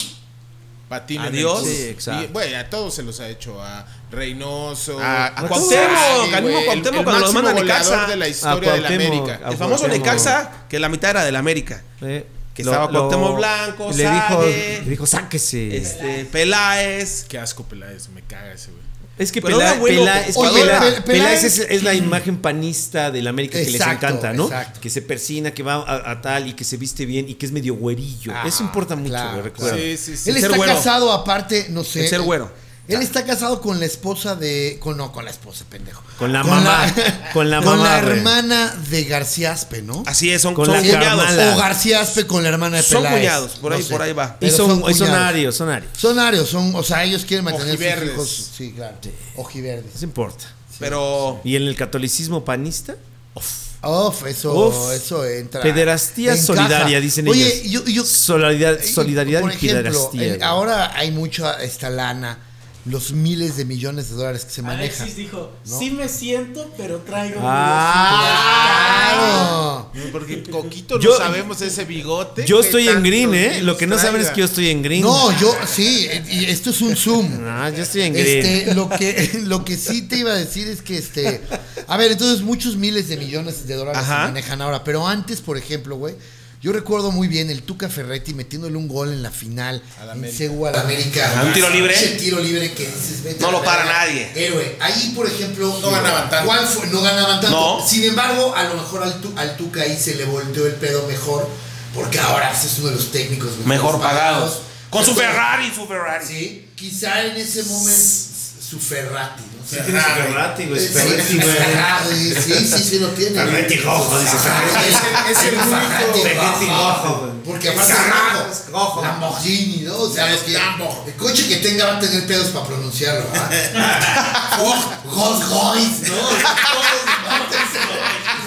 S5: Patín en
S1: Adiós.
S5: el culo.
S1: Sí,
S3: exacto.
S5: Y, bueno, a todos se los ha hecho. A Reynoso.
S1: A- a
S5: Sarri,
S1: Cuauhtémoc, al mismo
S5: güey, el-
S1: Cuauhtémoc
S5: el
S1: cuando lo
S5: máximo
S1: mandan a
S5: goleador
S1: Necaxa.
S5: de la historia
S3: A
S5: de la
S3: Cuauhtémoc,
S5: América.
S3: a-
S1: el famoso
S3: Cuauhtémoc.
S1: Necaxa, que la mitad era del América.
S3: Eh,
S1: Que estaba Cuauhtémoc Blanco,
S3: Le dijo,
S1: Sade.
S3: le dijo, sáquese.
S1: Este, Peláez.
S5: Qué asco, Peláez. Me caga ese, güey.
S3: Es que
S1: Pero
S3: Pelá-
S1: un abuelo-
S3: Pelá- es que
S2: Oye,
S3: Pelá-
S2: Pel-
S3: Peláez
S2: Peláez
S3: es, es la imagen panista del América que les
S2: Exacto,
S3: encanta, ¿no?
S2: exacto.
S3: Que se persina, que va a, a tal y que se viste bien y que es medio güerillo. Eso importa mucho,
S2: Ah, claro,
S3: güey, recuerda.
S5: Sí, sí, sí.
S2: Él
S1: El ser
S2: está
S1: güero.
S2: casado, aparte, no sé. eh,
S1: El ser güero.
S2: Él está casado con la esposa de. Con, no, con la esposa, pendejo.
S3: Con la mamá,
S2: (laughs)
S3: con la
S2: Con
S3: mamá,
S2: la
S3: güey.
S2: hermana de García Aspe, ¿no?
S1: Así es, son,
S3: Con
S1: son
S3: la carnala.
S1: cuñados.
S2: O García Aspe con la hermana de
S1: Son
S2: Peláez.
S1: cuñados, por ahí- por ahí va.
S3: Y
S2: Pero
S3: son, y son
S2: cuñados.
S3: arios, son arios.
S2: Son arios, son, o sea, ellos quieren mantener
S5: Ojiverdes.
S2: sus hijos. Sí, claro. Ojiverdes.
S3: Eso importa.
S1: Pero
S3: Y en el catolicismo panista,
S2: Uf, eso,
S3: Uf.
S2: eso entra.
S3: Pederastía
S2: Encaja.
S3: solidaria, dicen
S2: Oye,
S3: ellos.
S2: yo, yo-
S3: solidaridad, solidaridad
S2: por
S3: y
S2: ejemplo,
S3: pederastía.
S2: el-
S3: güey.
S2: ahora hay mucha esta lana, los miles de millones de dólares que se manejan.
S4: Alexis dijo, Ah, sí me siento, pero traigo...
S3: Ah,
S2: Ah, ¡Claro!
S5: Porque Coquito
S3: Yo-
S5: no sabemos ese bigote.
S3: Yo
S5: que
S3: estoy en
S5: tanto
S3: green, ¿eh?
S5: nos
S3: Lo que no saben es
S5: traiga.
S3: que yo estoy en green.
S2: No, yo, sí, y esto es un Zoom.
S3: No, yo estoy en green. (laughs)
S2: Este, lo que, (laughs) lo que sí te iba a decir es que este, a ver, entonces muchos miles de millones de dólares
S1: Ajá.
S2: se manejan ahora, pero antes, por ejemplo, güey, yo recuerdo muy bien el Tuca Ferretti metiéndole un gol en la final
S5: Al
S2: en
S5: América.
S2: Segua al América.
S1: ¿A un tiro libre?
S2: Ese tiro libre que dices, vete
S1: No
S2: a la
S1: lo para
S2: verga.
S1: nadie.
S2: Héroe. Ahí, por ejemplo,
S5: No ganaban tanto.
S2: ¿cuál fue? No ganaban tanto.
S1: No.
S2: Sin embargo, a lo mejor al, Tu- al Tuca ahí se le volteó el pedo mejor, porque ahora es uno de los técnicos mejores
S1: mejor pagados. Con su
S2: Pero-
S1: Ferrari, su Ferrari.
S2: Sí, quizá en ese momento su su Ferrati, ¿no?
S3: Sí, tiene su Ferrati, güey, su Ferrati,
S2: sí,
S3: güey.
S2: Ferrati, sí, sí, sí lo tiene.
S3: Ferretti rojo, dice Ferretti.
S2: Es el único.
S3: Ferretti rojo, güey.
S2: Porque aparte es rojo.
S3: Ferrati rojo.
S2: Lamborghini, ¿no? O sea, los que, el coche que tenga va a tener pedos para pronunciarlo, ¿verdad?
S3: (laughs)
S2: Ford, Rolls Royce, ¿no? Todos van a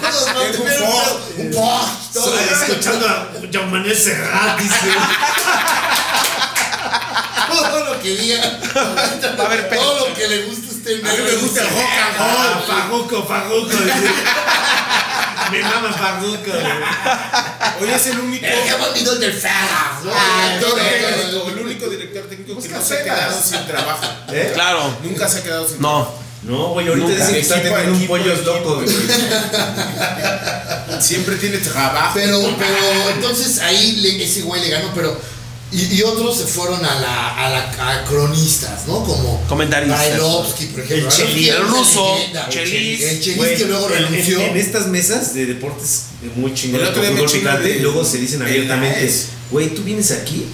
S2: tener- todos van a
S3: Es un
S2: tener
S3: Ford.
S2: un Ford, todo.
S3: Estoy escuchando a John Manuel Serrat, dice.
S2: (laughs) Todo lo que diga.
S1: Va a haber pedos.
S2: Todo lo que le "Ah, guste a usted.
S3: A mí me gusta el rock and roll, Farruko, Farruko. dice. Me mama Farruko.
S5: Hoy es el único.
S2: Pero qué bonito del
S3: Ah,
S2: Ferra, ¿no? Todo, todo, todo.
S5: El único director técnico que no se ha quedado sin trabajo.
S3: (laughs) ¿Eh?
S1: Claro.
S5: Nunca se ha quedado sin
S1: No.
S3: No, güey, ahorita
S1: Nunca.
S3: dicen que está
S5: Equipo,
S3: teniendo un
S5: equipo,
S3: pollo
S5: equipo.
S3: loco, güey.
S5: (laughs) Siempre tiene trabajo.
S2: Pero, pero entonces ahí le- ese güey le ganó, pero. Y, y otros se fueron a la, a la a cronistas, ¿no? Como
S1: Comentaristas.
S2: Brailovsky, por ejemplo.
S3: El
S2: Brailovsky
S3: Chelis,
S2: era
S1: el
S2: una
S1: ruso,
S2: leyenda.
S1: Chelis.
S2: El Chelis
S3: Güey,
S2: que luego
S3: en- en- este-
S2: renunció.
S3: En, estas mesas de deportes eh, muy
S5: El
S3: chingones
S5: otro día
S3: con
S5: me
S3: fútbol
S5: chingué
S3: picante,
S5: de-
S3: luego se dicen
S5: de la
S3: abiertamente,
S5: ES.
S3: güey, tú vienes aquí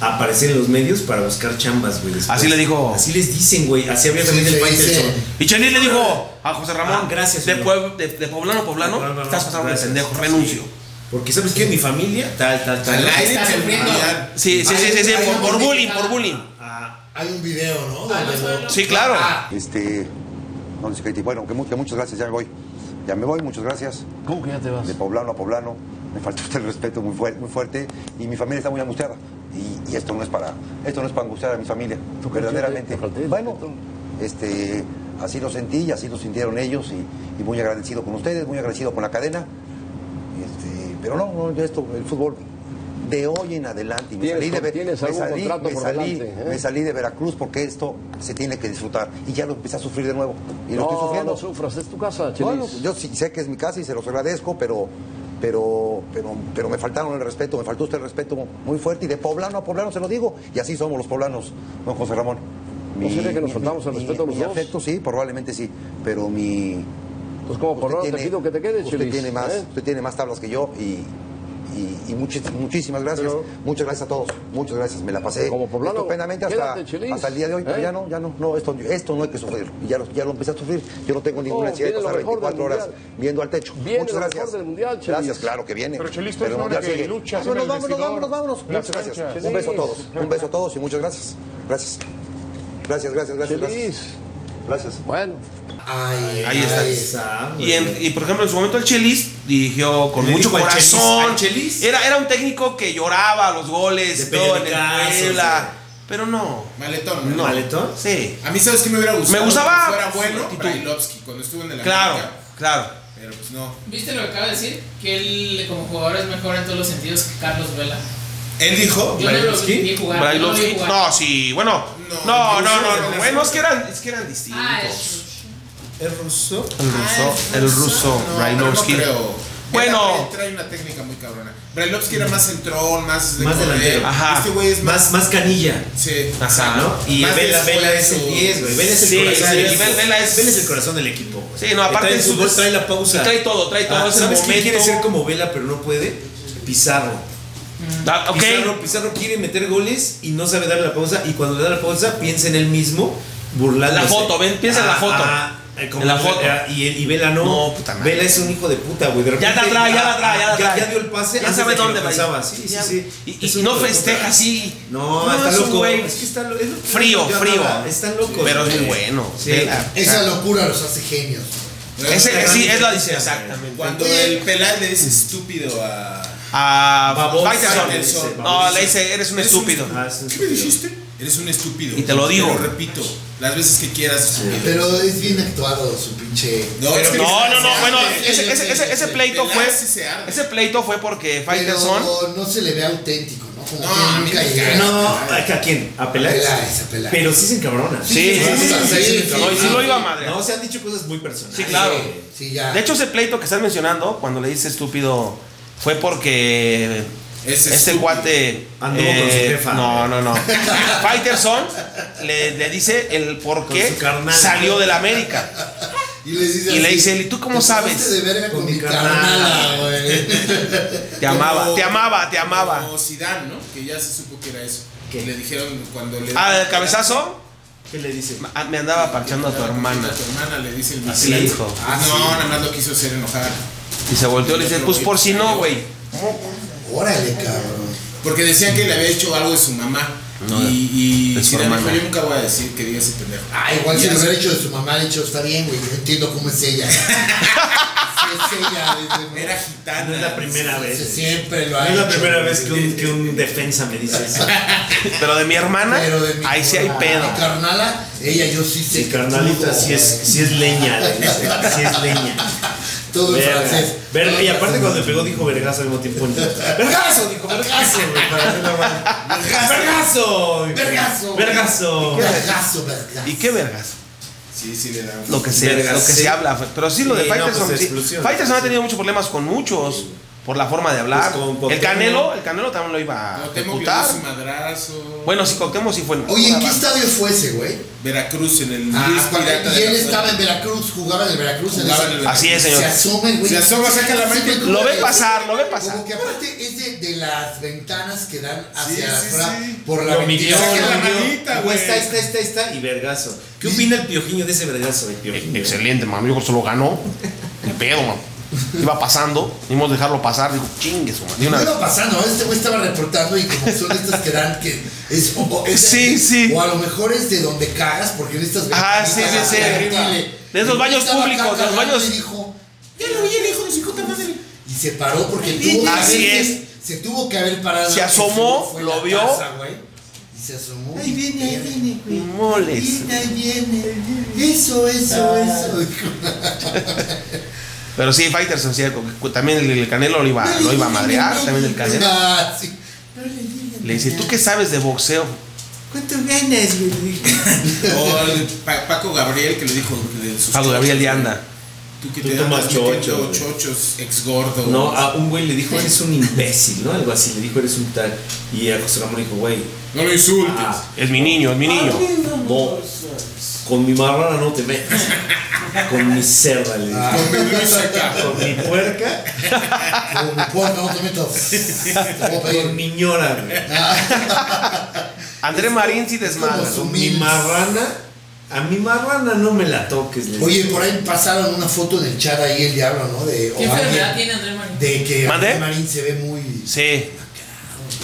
S3: a aparecer en los medios para buscar chambas, güey. después".
S1: Así le dijo.
S3: Así les dicen, güey. Así abiertamente
S2: Sí,
S3: el
S2: le
S3: Faitelson.
S2: dicen.
S1: Y Chelis le dijo a José Ramón,
S3: Ah, gracias,
S1: de,
S3: señor.
S1: pueb- de, de poblano a poblano,
S3: No, no, no,
S1: estás pasando de
S3: gracias.
S1: pendejo, renuncio.
S3: Porque sabes que mi familia, tal, tal, tal.
S5: Al aire
S7: Está
S5: te
S7: sufriendo.
S5: olvidan.
S1: Sí, sí, sí, sí, sí,
S2: Ay,
S1: por,
S2: ay,
S1: por
S2: ay,
S1: bullying,
S7: ay,
S1: por
S7: ay,
S1: bullying.
S3: Ah,
S2: Hay un video, ¿no?
S7: Ah, no,
S2: Donde
S7: no,
S2: lo-
S7: no.
S1: Sí, claro.
S8: Este, no les critique. Bueno, que muchas, muchas gracias, ya me voy. Ya me voy, muchas gracias.
S6: ¿Cómo que ya te vas?
S8: De poblano a poblano, me faltó (laughs) el respeto muy, fuerte, muy fuerte y mi familia está muy angustiada. Y, y esto no es para, esto no es para angustiar a mi familia,
S6: ¿Tú crees que
S8: verdaderamente.
S6: te falté el
S8: Bueno,
S6: respeto?
S8: este, así lo sentí y así lo sintieron ellos y, y muy agradecido con ustedes, muy agradecido con la cadena. Este, pero no, no, yo esto, el fútbol de hoy en adelante. y Me
S6: Tienes
S8: salí de,
S6: con- tienes
S8: me
S6: algún
S8: salí-
S6: contrato
S8: me
S6: por
S8: salí-
S6: delante, ¿eh?
S8: me salí de Veracruz porque esto se tiene que disfrutar y ya lo empecé a sufrir de nuevo y
S6: no,
S8: lo estoy sufriendo.
S6: no sufras, es tu casa, Chelis.
S8: Bueno, pues, yo sí sé que es mi casa y se los agradezco, pero, pero, pero, pero me faltaron el respeto, me faltó usted el respeto muy fuerte y de poblano a poblano se lo digo. Y así somos los poblanos, don José Ramón.
S6: ¿No sería que nos faltamos el
S8: mi-
S6: respeto a los
S8: mi
S6: dos?
S8: afecto, sí, probablemente sí, pero mi...
S6: Entonces, Pues como por
S8: usted
S6: ahora te
S8: tiene-
S6: pido que te quedes,
S8: usted
S6: Chelis,
S8: Tiene más,
S6: ¿eh?
S8: Usted tiene más tablas que yo y... Y, y muchis- muchísimas gracias,
S6: Pero-
S8: muchas gracias a todos, muchas gracias, me la pasé
S6: Como poblano,
S8: estupendamente hasta,
S6: quédate, Chelis,
S8: hasta el día de hoy, pero
S6: ¿eh?
S8: ya no, ya no, no, esto, esto no hay que sufrir, ya lo, ya lo empecé a sufrir, yo no tengo ninguna
S6: No,
S8: necesidad de
S6: Oh, viene lo
S8: pasar
S6: mejor del
S8: 24 horas
S6: Mundial.
S8: viendo al techo.
S6: Viene
S8: Muchas
S6: lo
S8: gracias.
S6: mejor del Mundial, Chelis.
S8: gracias, claro que viene. Pero no, ya sigue.
S6: luchas
S8: Vámonos, vámonos, vámonos, vámonos. Muchas gracias. Un beso a todos. Un beso a todos y muchas gracias. Gracias. Gracias, gracias, gracias.
S6: Chelis.
S8: Gracias. gracias.
S6: Bueno,
S2: Ay,
S1: Ahí está.
S2: ay,
S3: esa, güey.
S1: Y, en- y, por ejemplo, en su momento el Chelis dirigió con
S3: Le
S1: mucho
S3: dijo al Chelis,
S1: corazón.
S3: al Chelis.
S1: Era, era un técnico que lloraba los
S3: De
S1: goles, todo en el
S3: periodicazos,
S1: Puebla.
S3: güey.
S1: Pero no.
S5: Maletón.
S1: No.
S3: ¿Maletón?
S1: Sí.
S5: A mí, ¿sabes qué me hubiera gustado?
S1: Me gustaba
S5: Que fuera
S1: su
S5: bueno
S1: actitud.
S5: Brailovsky cuando estuvo en el
S1: Claro,
S5: América.
S1: claro.
S5: Pero pues no.
S7: ¿Viste lo que acaba de decir? Que él como jugador es mejor en todos los sentidos que Carlos Vela.
S5: Él dijo.
S7: Yo no lo
S3: ¿Brailovsky?
S7: vi jugar. Yo no lo vi
S1: Brailovsky-
S7: jugar.
S1: No, sí, bueno.
S5: No,
S1: No, no,
S5: incluso
S1: no.
S5: en
S1: no,
S5: la-
S1: Bueno, es que eran, es que eran
S7: Ah,
S1: distintos.
S7: es-
S5: ¿Es ruso?
S1: El ruso, el ruso,
S5: No,
S1: Brailovsky.
S5: pero no creo.
S1: Bueno.
S5: Él Trae una técnica muy cabrona. Brailovsky era más centrón, más de
S3: Más
S5: correr.
S3: delantero.
S1: Ajá.
S5: Este güey es más.
S3: Más, más canilla.
S5: Sí.
S1: Ajá.
S3: ¿no? Y
S5: Más
S3: Vela,
S5: de
S3: Vela es el
S5: esfuerzo.
S3: 10, güey. Vela es el
S1: Sí,
S3: corazón.
S1: sí,
S3: del
S1: y
S3: equipo.
S1: Vela es-
S3: Vela es el corazón del equipo. güey.
S1: Sí, no, aparte
S3: Trae el
S1: es un-
S3: fútbol, trae la pausa.
S1: trae todo, trae todo,
S3: Ah,
S1: es el
S3: ¿Sabes quién
S1: momento.
S3: quiere ser como Vela pero no puede? Pizarro.
S1: Ah, ok.
S3: Pizarro, Pizarro quiere meter goles y no sabe darle la pausa. Y cuando le da la pausa, piensa en él mismo, burlándose.
S1: La foto, ven, piensa en la foto.
S3: eh, como
S1: En la foto.
S3: eh, Y, él- y Vela no.
S1: No, puta madre.
S3: Vela es un hijo de puta, güey. De
S1: Ya
S3: repente,
S1: la trae, ya la trae, ya la trae.
S3: Ya, dio el pase.
S1: Ya
S3: antes
S1: sabe
S3: de que lo
S1: dónde va.
S3: pensaba. Sí, sí,
S1: Ya.
S3: sí.
S1: Y-
S3: Es
S1: Y,
S3: un
S1: no
S3: hijo de puta.
S1: festeja así.
S3: No, está
S1: es un
S3: loco.
S1: güey
S3: Es que está lo- es lo que
S1: Frío,
S3: yo
S1: frío.
S3: hablaba, Están locos.
S1: Pero es
S3: güey.
S1: muy bueno.
S3: Sí.
S1: Vela.
S2: Esa locura los hace genios.
S1: Ese,
S3: Gran
S1: sí, es la diferencia.
S3: diferencia, güey.
S1: Exactamente.
S5: Cuando el pelal le dice estúpido a.
S1: A
S3: Babosa,
S1: Faitelson.
S3: le dice,
S1: No,
S3: babosa.
S1: le dice, eres un
S5: Eres un
S1: estúpido.
S3: Ah, es un
S5: ¿Qué me
S3: estúpido.
S5: dijiste? Eres un estúpido.
S1: Y te lo digo.
S5: Te repito, las veces que quieras. estúpido.
S2: Pero es bien actuado su pinche.
S5: No, es que-
S1: No, no, no, bueno,
S2: Sí,
S1: ese,
S2: sí,
S1: ese,
S2: sí,
S1: ese, ese
S2: sí.
S1: pleito
S5: Velar
S1: fue.
S5: sí se arde.
S1: Ese pleito fue porque Faitelson.
S2: Pero no se le ve auténtico, ¿no? Como
S5: No, a
S2: que
S5: mí
S2: nunca
S5: me
S2: llega.
S3: No, ¿a a quién? ¿A Peláez?
S2: Peláez, a Peláez.
S3: Pero sí se encabrona.
S1: Sí, sí, sí,
S2: sí, sí,
S1: sí,
S2: sí,
S1: sí,
S2: sí,
S1: no, y sí
S2: sí.
S1: lo iba a madre.
S3: No, se han dicho cosas muy personales.
S1: Sí, claro.
S2: Sí, ya.
S1: De hecho, ese pleito que estás mencionando, cuando le dice estúpido, fue porque
S5: Ese
S1: este
S5: estúpido.
S1: cuate. eh,
S3: Anduvo con su jefa.
S1: No, no, no. Fighterson le, le dice el por
S3: Con
S1: qué
S3: su carnal.
S1: salió del América.
S2: y le dice,
S1: y le
S2: así,
S1: dice, "¿Y tú cómo
S2: "Te
S1: sabes?"
S2: pasaste de verga con,
S3: mi
S2: mi
S3: carnala,
S1: (laughs)
S2: carnala, güey.
S1: Te amaba, te amaba, Ah, te amaba.
S5: Como Zidane, ¿no? Que ya se supo que era eso.
S3: ¿Qué?
S5: Le dijeron cuando le.
S1: Ah, el Ah, cabezazo.
S3: ¿Qué le dice?
S1: Ma- ah, Me andaba parchando a tu hermana.
S5: Tu hermana le dice el
S1: Así le
S5: Vicente.
S1: dijo.
S5: Ah, no, nada más lo quiso hacer enojar.
S1: Y se volteó y le dice, pues por si no, güey.
S2: Órale, cabrón.
S5: Porque decían que le había hecho algo de su mamá.
S1: No,
S5: y y
S1: de su
S5: Zidane dijo,
S1: hermana.
S5: yo nunca voy a decir que diga ese pendejo.
S2: Ah, igual
S5: Y
S2: si
S5: ya
S2: lo
S5: se-
S2: hubiera hecho de su mamá, le he dicho, está bien, güey, yo entiendo cómo
S1: (laughs)
S2: es ella. Si es ella, dice,
S5: Era gitana.
S3: No es la primera
S2: no, si
S3: vez.
S2: siempre lo
S3: No
S2: ha
S3: es
S2: hecho.
S3: la primera vez que un, que un defensa me dice eso.
S1: Pero de mi hermana,
S2: Pero de mi
S1: ahí sí hay
S2: mamá,
S1: pedo.
S2: mi carnala, ella yo sí sé.
S3: Sí,
S2: que
S3: carnalita,
S2: tuvo.
S3: sí es, sí es leña. le dice, Sí es leña.
S2: Todo en
S3: Verga.
S2: francés.
S3: Verga,
S2: Todo
S3: Y
S2: en
S3: aparte
S2: francés.
S3: cuando le pegó dijo vergazo al mismo tiempo. ¡Vergazo! Dijo, vergazo, güey. para hacer la mano. ¡Vergazo!
S2: Vergazo.
S3: ¡Vergazo!
S2: Vergazo, vergazo.
S1: ¿Y qué vergas?
S5: Sí, sí, le da un-
S1: Lo que se,
S3: Vergas,
S1: lo que
S3: sí.
S1: se habla. Pero sí, lo de
S3: Sí, no,
S1: Faitelson.
S3: pues,
S1: sí.
S3: exclusión.
S1: Faitelson ha
S3: Sí.
S1: tenido muchos problemas con muchos por la forma de hablar.
S3: Pues con- con
S1: el
S3: Temo.
S1: Canelo, el Canelo también lo iba a
S5: No temo que le
S1: ejecutar.
S5: dé su madrazo.
S1: Bueno, sí, Coctemo sí fue.
S2: Oye, ¿en qué estadio fue ese, güey?
S5: Veracruz en el
S2: Ah,
S5: Luis
S2: cuando-
S5: Pirata de
S2: y él
S5: la-
S2: estaba en Veracruz, jugaba en el Veracruz. en
S5: Jugaba
S2: ese-
S5: en el-
S1: Así es, señor.
S2: Se asoma el güey.
S5: Se asoma, saca la mano y-
S2: Sí, güey,
S1: Lo
S2: como
S1: ve
S2: que-
S1: pasar, lo ve pasar.
S2: Como que aparte es de, de las ventanas que dan
S5: Sí,
S2: hacia
S5: sí,
S2: afuera
S5: sí.
S2: por la
S3: Lo midió,
S2: ventana.
S5: Saca
S3: lo
S5: la
S3: midió.
S5: manita,
S3: Dijo,
S5: güey.
S3: Está, está, está, está. Y vergazo. ¿Qué opina el piojiño de ese vergazo, el piojiño?
S1: Excelente, mami. Yo se lo ganó. El pedo, mami. Iba pasando. Dimos dejarlo pasar. Dijo, chingue su madre. De una
S2: No
S1: vez.
S2: iba pasando, este güey estaba reportando y como son estas que dan que es o, o es de
S1: Sí,
S2: aquí,
S1: sí.
S2: o a lo mejor es de donde cagas porque en estas
S1: Ah, sí,
S2: ventanitas
S1: sí, sí.
S2: de arriba.
S1: De esos
S2: Y
S1: baños
S2: estaba acá
S1: públicos, de los
S2: cagando
S1: baños-
S2: y dijo,
S5: Ya lo vi el hijo de su puta madre.
S2: y se paró porque tuvo que
S1: Así
S2: haber-
S1: es.
S2: se tuvo que haber parado.
S1: Se asomó,
S2: Fue
S1: lo
S2: la
S1: vio.
S2: taza, güey, y se asomó. Ahí viene, ahí viene.
S1: Moles.
S2: Ahí viene. Eso, eso, eso.
S1: Pero sí, Faitelson sí. También el, el Canelo lo iba, lo iba a madrear. También el Canelo.
S2: Ah, sí.
S1: Le dice, ¿tú qué sabes de boxeo?
S5: O el Pa- Paco Gabriel que le dijo de sus
S1: Pablo Gabriel de
S5: chochos,
S1: Anda.
S5: Tú que
S3: Tú
S5: te
S3: tomas
S5: andas metiendo
S3: chocho, güey.
S5: chochos ex gordo.
S3: No,
S1: ah.
S3: a un güey le dijo, eres un imbécil, ¿no? Algo así, le dijo, eres un tal. Y a José Ramón le dijo, güey,
S5: No lo insultes.
S3: ah,
S1: Es mi niño, es mi niño.
S3: no, con mi marrana no te metas. Con mi cerda, le dijo.
S5: Con mi Luis acá.
S3: Con mi puerca,
S2: Como me pongo, no te meto. Te voy a
S1: (laughs)
S2: pedir.
S3: con mi ñora, güey.
S1: André Marín sí desmadra.
S2: como
S1: ¿no?
S2: su-
S3: Mi marrana, a mi marrana no me la toques, le
S2: Oye,
S3: dijo.
S2: por ahí pasaron una foto en el chat ahí el diablo, ¿no? De, o
S7: ¿Qué enfermedad
S2: alguien,
S7: tiene André Marín?
S2: de que
S1: ¿Mande?
S2: André Marín se ve muy.
S1: Sí.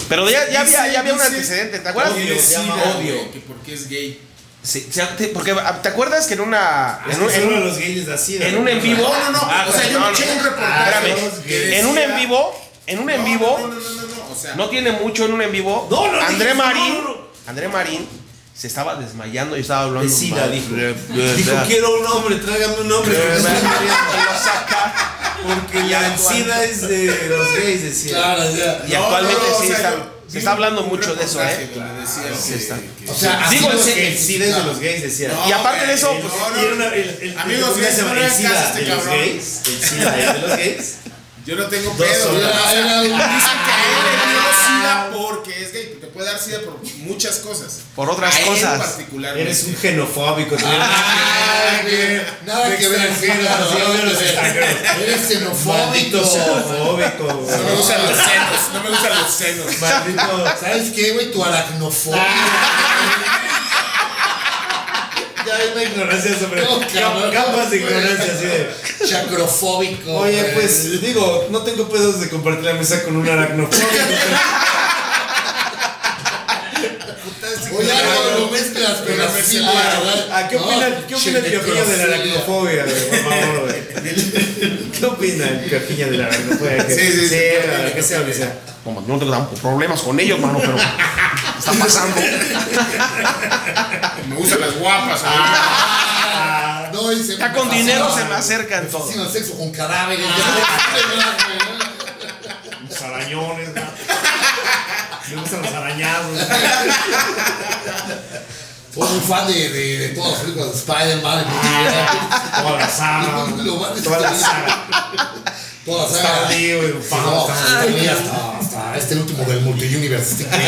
S1: Pero ya, ya había, ya había un
S5: Dice-
S1: antecedente, ¿te acuerdas?
S5: Odio,
S3: Se llama odio.
S5: odio. Que porque es gay.
S1: Sí, sí, te- porque ah, te acuerdas que en una.
S3: Es
S1: En
S3: que
S1: un, en
S3: solo
S1: un-
S3: los gays así,
S1: en un en vivo.
S5: No, no, no.
S1: Ah,
S5: o sea, yo
S1: no,
S5: escuché
S1: no.
S5: un
S1: Ah,
S5: reportaje.
S1: espérame.
S5: que decía-
S1: En un en vivo. En un en
S5: No,
S1: vivo.
S5: No, no, no, no, no. O sea,
S1: No tiene mucho en un en vivo.
S3: No, no,
S1: André
S3: dije, no,
S1: Marín.
S3: no.
S1: André Marín se estaba desmayando y estaba hablando.
S3: De sida,
S1: mal.
S3: dijo.
S1: Le-
S5: (laughs)
S1: le-
S3: Dijo,
S1: le-
S3: quiero un hombre, tráigame un hombre.
S1: le- lo saca.
S3: Porque
S1: Y
S3: la
S1: actual-
S3: sida es de los gays, decía.
S2: Claro, ya.
S1: Y
S5: no,
S1: actualmente
S5: no, o
S1: sí
S5: sea,
S1: está-
S5: yo vi
S1: se está hablando
S5: un
S1: mucho de eso,
S5: reportaje
S1: ¿eh?
S5: donde decía que-
S1: está.
S5: que-
S2: O sea, así
S1: Digo,
S2: lo
S1: el-
S2: que-
S3: El SIDA es de los gays, decía.
S5: No,
S1: Y aparte de eso,
S5: güey,
S1: pues,
S5: no, no,
S3: Y era una- el- el-
S5: Amigos,
S3: el-
S5: gays,
S3: el-
S5: no le
S3: el
S5: hagas
S3: SIDA
S5: caso a este
S3: de los
S5: cabrón.
S3: gays. El SIDA es de
S2: (laughs)
S3: los gays.
S5: Yo no tengo
S3: Dos
S5: pedo.
S3: horas.
S5: yo no- o sea,
S2: Era-
S5: Dicen que
S2: era-
S5: a él le dio sida porque es gay. Te puede dar sida por muchas cosas.
S1: Por otras
S5: A él
S1: cosas.
S5: particularmente.
S3: Eres un genofóbico. te-
S2: Nada que- Nada que ver al
S3: extranjero, de los extranjeros.
S2: Eres xenofóbico.
S3: Maldito xenofóbico.
S2: (laughs)
S3: güey.
S5: No me gustan
S1: (laughs)
S5: los senos. No me gustan los senos.
S3: Maldito.
S2: ¿Sabes qué, güey? Tu aracnofobia.
S3: (laughs) Ya hay una ignorancia sobre.
S2: No, cabrón.
S3: (laughs) Capas de ignorancia, así de.
S2: Chacrofóbico.
S3: Oye,
S2: güey.
S3: pues digo, no tengo pedos de compartir la mesa con un aracnofóbico.
S5: Pues
S2: Oye, algo lo mezclas con la
S5: Pero
S2: fila, güey.
S3: ¿A Ah, qué opina,
S2: No,
S3: qué opina el piojillo de la aracnofobia, güey? Por favor,
S5: (laughs)
S3: güey. ¿Qué opina el piojillo de la aracnofobia? Que-
S5: Sí, sí,
S3: que
S5: sí.
S3: sea, que
S1: pues,
S3: sea.
S1: Como, yo no tengo tampoco problemas con ellos, mano, pero está pasando.
S5: Me gustan las guapas.
S1: Ah,
S2: Ah, No, y se
S1: Ya
S2: me
S1: con
S2: fascina.
S1: dinero se me acercan todos.
S2: Fascina el sexo con cadáveres. ya.
S3: Los arañones, güey. Me gustan los arañazos.
S2: Fue un fan de, de, de todas las películas de Spider-Man. güey.
S3: Toda la saga.
S2: Lo más
S3: Ah, Toda la saga.
S2: Todas las
S3: Está
S2: sagas.
S3: Leo, güey.
S2: No,
S3: Vamos,
S2: hasta, hasta, hasta este el último del multiuniverse. Este que-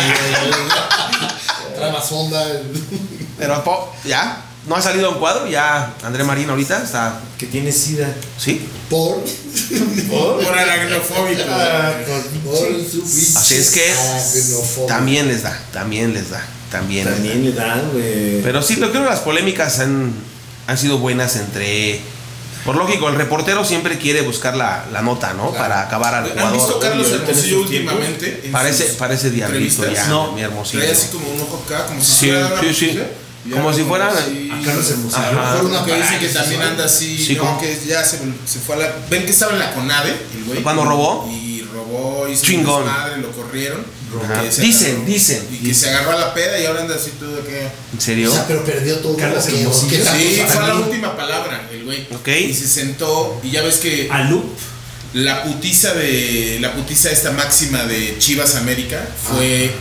S2: Trae más onda.
S1: Pero po- ya, no ha salido un cuadro, ya André Marín ahorita está.
S3: Que tiene sida.
S1: Sí.
S2: Por,
S5: Por aracnofóbico.
S3: Ah, con-
S2: por su
S1: Así es que
S2: aracnofobia.
S1: también les da, también les da. También.
S3: También le dan, güey.
S1: Pero sí, lo creo que las polémicas han, han sido buenas entre. Por lógico, el reportero siempre quiere buscar la, la nota, ¿no? Para acabar al
S5: ¿Han
S1: jugador.
S5: visto a Carlos
S1: Obvio,
S5: Hermosillo
S1: en sus tiempos.
S5: últimamente? en
S1: Parece,
S5: sus
S1: parece diablito
S5: entrevistas?
S1: ya,
S5: No.
S1: mi hermosillo.
S5: Trae así como un ojo acá, como si
S1: Sí,
S5: fuera una
S1: sí, sí.
S5: mujer, y
S1: Como
S5: anda
S1: si fuera-
S5: así.
S1: a Carlos Hermosillo.
S5: A lo
S1: Ajá.
S5: mejor uno que dice que
S1: Sí,
S5: también
S1: sí.
S5: anda así,
S1: Sí,
S5: ¿no?
S1: como-
S5: que ya se, se fue a la... ¿Ven que estaba en la CONAVE, el güey?
S1: ¿Cuándo robó?
S5: Y robó, hizo
S1: Chingón.
S5: un desmadre, lo corrieron.
S1: Ajá.
S5: que se
S1: Dicen,
S5: agarró-
S1: dicen.
S5: Y que se agarró a la peda y ahora anda así todo que...
S1: ¿En serio?
S2: O sea, pero perdió todo.
S3: Carlos
S2: ¿o qué? ¿O
S3: Hermosillo.
S2: qué tanto
S5: Sí,
S2: sabe?
S5: fue la última palabra, el güey.
S1: Ok.
S5: Y se sentó, y ya ves que
S3: A Loop.
S5: la putiza de. La putiza esta máxima de Chivas América fue.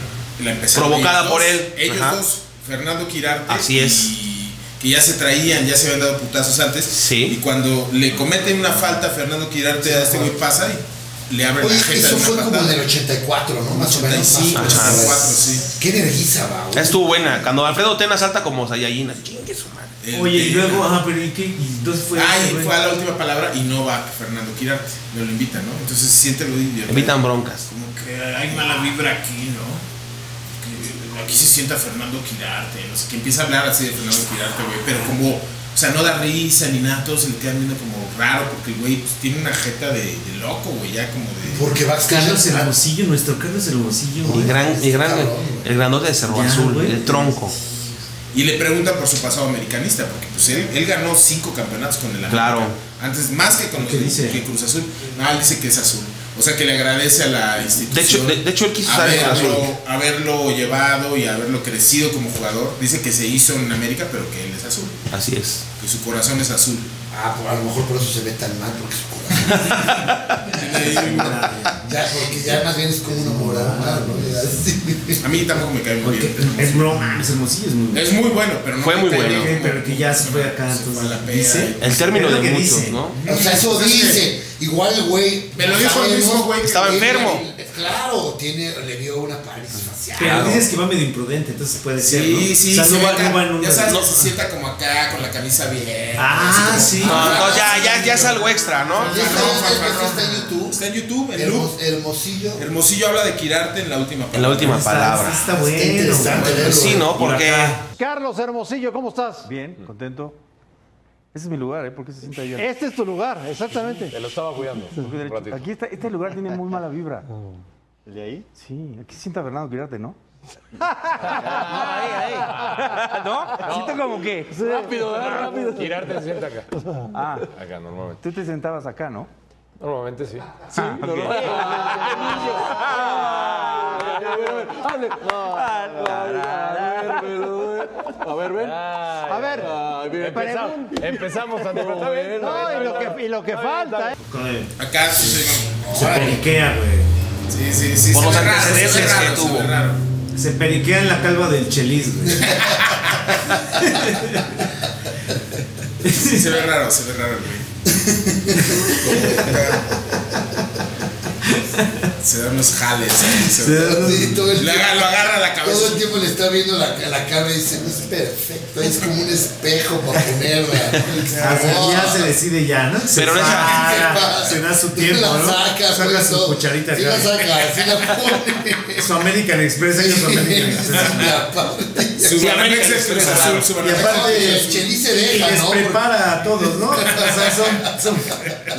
S5: La empezaron
S1: Ah. Provocada
S5: ellos
S1: por
S5: dos,
S1: él.
S5: Ellos
S1: Ajá.
S5: dos, Fernando Quirarte.
S1: Así es.
S5: Y que ya se traían, ya se habían dado putazos antes.
S1: Sí.
S5: Y cuando le cometen una falta a Fernando Quirarte, a este güey pasa y le abre
S2: Oye,
S5: la jeta
S2: eso
S5: de una
S2: fue como
S5: patada.
S2: en el 84, ¿no? Más o menos.
S5: 85,
S2: Más o menos.
S5: 84, sí.
S2: Qué energiza, va, güey.
S1: Estuvo buena. Cuando Alfredo Tena salta como Saiyajin, así, chingue su madre.
S5: El-
S3: Oye, y
S5: el-
S3: luego, ajá, pero ¿y qué? Y Entonces fue.
S5: Ay,
S3: güey.
S5: fue a la última palabra y no va Fernando Quirarte. No lo invitan, ¿no? Entonces siente lo y-
S1: Evitan broncas.
S5: Como que hay mala vibra aquí, ¿no? Que Aquí se sienta Fernando Quirarte, no sé, que empieza a hablar así de Fernando Quirarte, güey, pero como, o sea, no da risa ni nada, todos se le quedan viendo como raro, porque el güey pues, tiene una jeta de, de loco, güey, ya como de...
S2: Porque va a
S3: Carlos Hermosillo, nuestro Carlos Hermosillo.
S1: El
S3: güey.
S1: gran, el gran,
S2: Cabrón,
S1: el grandote de Cerro
S3: Ya,
S1: Azul,
S3: güey.
S1: el tronco.
S5: Y le preguntan por su pasado americanista, porque pues él, él ganó cinco campeonatos con el América.
S1: Claro.
S5: Antes, más que con los
S3: ¿Qué dice?
S5: que Cruz Azul. No, él dice que es azul. O sea, que le agradece a la
S1: De hecho,
S5: institución.
S1: de, de hecho él quiso estar en Cruz Azul.
S5: haberlo, haberlo llevado y haberlo crecido como jugador. Dice que se hizo en América, pero que él es azul,
S1: Así es.
S5: que su corazón es azul.
S2: Ah, pues, a lo mejor por eso se ve tan mal, porque
S5: (laughs)
S2: su corazón. ya, porque ya más bien es como una
S5: Ah,
S2: morada, ¿no? Ya, sí.
S5: A mí tampoco me cae muy
S3: Porque
S5: bien. pero-
S3: es broma, es Hermosillo, es muy.
S5: Es muy bueno, pero no
S1: Fue
S5: me
S1: muy
S5: cae
S1: bueno.
S5: bien.
S3: Pero que ya se fue acá,
S5: Se fue a la
S3: entonces.
S5: peda.
S3: Dice.
S1: El término
S3: Es lo
S1: de
S3: que
S1: muchos,
S3: dice.
S1: ¿no?
S2: O sea, eso
S5: Es que-
S2: dice. Igual, güey.
S5: Me lo dijo el
S2: sabemos-
S5: mismo güey que-
S1: Estaba enfermo.
S2: Claro, tiene, le dio una parálisis facial.
S3: Pero
S1: Claro.
S3: dices que va medio imprudente, entonces puede ser. ¿no?
S5: Sí, sí,
S3: O sea,
S5: se
S3: no
S5: ve
S3: va,
S5: acá.
S3: no va en una.
S5: ya sabes,
S3: no.
S5: que se sienta como acá con la camisa bien.
S3: Ah, sí.
S1: No, entonces ya, ya, ya es algo extra, ¿no?
S2: Ya está,
S5: Farrón,
S2: ya
S5: farrón.
S2: está en YouTube.
S5: Está en YouTube, en
S2: Hermos-
S5: Loop.
S2: Hermosillo.
S5: Hermosillo habla de Quirarte en la última
S1: En la última
S3: Está-
S1: palabra.
S3: Está
S2: Está interesante
S3: bueno.
S2: verlo.
S1: Pues Sí, ¿no? Porque
S9: Carlos Hermosillo, ¿cómo estás?
S10: Bien, contento. Ese es mi lugar, ¿eh? ¿Por qué se sienta allá?
S9: Este es tu lugar, exactamente.
S10: Te lo estaba cuidando.
S9: Aquí está, este lugar tiene muy mala
S10: (laughs)
S9: vibra.
S10: ¿El de ahí?
S9: Sí, aquí sienta Fernando Quirarte,
S3: (laughs)
S9: ¿no? (laughs) ¿No? Siento como que. Rápido, rápido.
S10: Tirarte se sienta acá.
S9: Ah,
S10: Acá, normalmente.
S9: tú te sentabas acá, ¿no?
S10: Normalmente sí. (laughs)
S9: A ver, pregun-
S10: Empezamos a
S9: No, y lo que, y lo que falta, ¿eh?
S5: Acá sí, sí,
S3: Se periquea, güey.
S5: sí, sí, sí,
S1: Por
S5: se
S1: los
S5: ve raro,
S1: antecedentes
S5: se ve raro,
S1: que
S5: se ve
S1: tuvo.
S5: raro.
S3: Se periquea en la calva del cheliz,
S5: (laughs)
S3: güey. (laughs)
S5: Sí, se ve raro, se ve raro, güey. se da unos jales. ¿eh? Se-
S2: Sí, (laughs) todo el
S5: Le
S2: tiempo-
S5: aga- lo agarra a la
S2: Todo el
S5: cabeza.
S2: tiempo le está viendo la, la cara y dice, no es perfecto, es como un espejo para ponerla. Ah,
S3: Hasta ya Ah, se decide ya, ¿no? Se
S1: Pero en esa-
S3: para, se da su tiempo,
S2: la
S3: ¿no?
S2: saca,
S3: Saca
S2: pues,
S3: su
S2: todo.
S3: cucharita
S2: Sí la
S3: acá.
S2: saca, sí
S3: (laughs)
S2: la pone.
S3: Su American Express, ahí su American Express.
S2: Y aparte-
S5: Su
S1: Sí,
S5: Banamex
S1: América
S5: es Cruz
S1: Express,
S5: Azul,
S1: claro.
S5: su
S3: Y
S5: Banamex-
S2: Oye,
S3: aparte,
S2: el Cheli se
S3: y
S2: deja,
S3: les
S2: ¿no?
S3: prepara a todos,
S2: (laughs)
S3: ¿no? (laughs) O sea, son, son,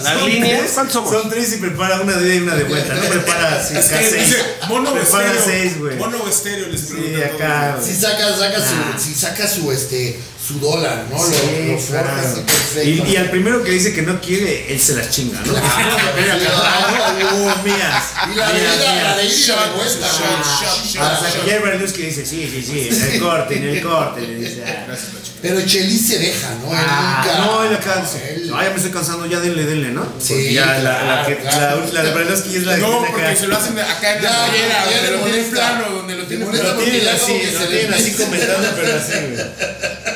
S1: las
S3: son
S1: líneas,
S3: tres,
S1: ¿cuántos somos?
S3: Son tres y prepara una de ida y una
S2: (laughs)
S3: de vuelta. No prepara cinco,
S5: Es que
S3: seis.
S5: dice mono
S3: prepara seis,
S5: estéreo.
S3: güey.
S5: Mono estéreo les
S3: Sí,
S5: pregunta.
S3: acá,
S5: todo.
S3: güey.
S2: Si saca, saca su, si saca su este su dólar, ¿no? lo, lo
S3: Ah. Sí,
S2: forja
S3: claro.
S2: así perfecto.
S3: y, y al primero que dice que no quiere, él se las chinga, ¿no? (laughs) Mira, cabrón, uh, mías,
S2: Y la de ida, la de
S3: mías, mías.
S2: ida y la vuelta,
S5: Shot,
S2: güey.
S5: shot, shot,
S3: Hasta
S5: shot.
S3: que ya hay varios que dice, sí, sí, sí, en el corte, en el corte. Le dice, ah.
S5: Gracias, Nacho.
S2: Pero el Cheli se deja, ¿no? Él
S3: Ah,
S2: nunca-
S3: no, él acá
S2: Él-
S3: dice, ay, ya me estoy cansando, ya denle, denle, ¿no?
S2: Sí,
S3: Porque ya la, la,
S2: claro,
S3: que,
S2: claro.
S3: la, la de Brailovsky es la que
S5: No,
S3: tiene
S5: porque
S3: acá.
S5: se lo hacen acá en la
S2: Ya, ya
S5: playera, donde
S2: le
S5: lo tienen
S2: molesta.
S5: plano, donde lo tienen
S2: Le molesta
S5: plano.
S3: Lo tienen
S2: ya como
S3: así,
S2: que se
S3: lo
S2: le
S3: tienen así
S2: empieza.
S3: comentando, pero así, güey.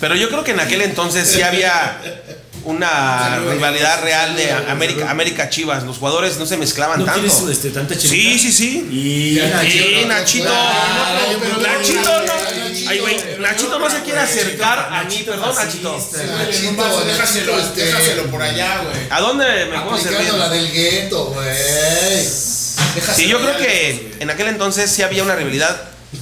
S1: Pero yo creo que en aquel entonces sí había una rivalidad real de América, América Chivas. Los jugadores no se mezclaban
S3: ¿No
S1: tanto.
S3: quieres este, tanta chelita?
S1: Sí, sí, sí.
S3: Y
S1: Sí, eh, Nachito.
S2: Claro, pero
S1: Nachito no.
S2: Nachito.
S1: Ay, güey, Nachito no se quiere acercar a mí, perdón, Nachito.
S5: En un
S2: Nachito,
S5: vaso,
S2: Nachito,
S5: déjaselo,
S2: este,
S5: déjaselo por allá, güey.
S1: ¿A dónde me puedo
S2: aplicando
S1: servir?
S2: la del gueto, güey.
S1: Sí, yo creo que en aquel entonces sí había una rivalidad.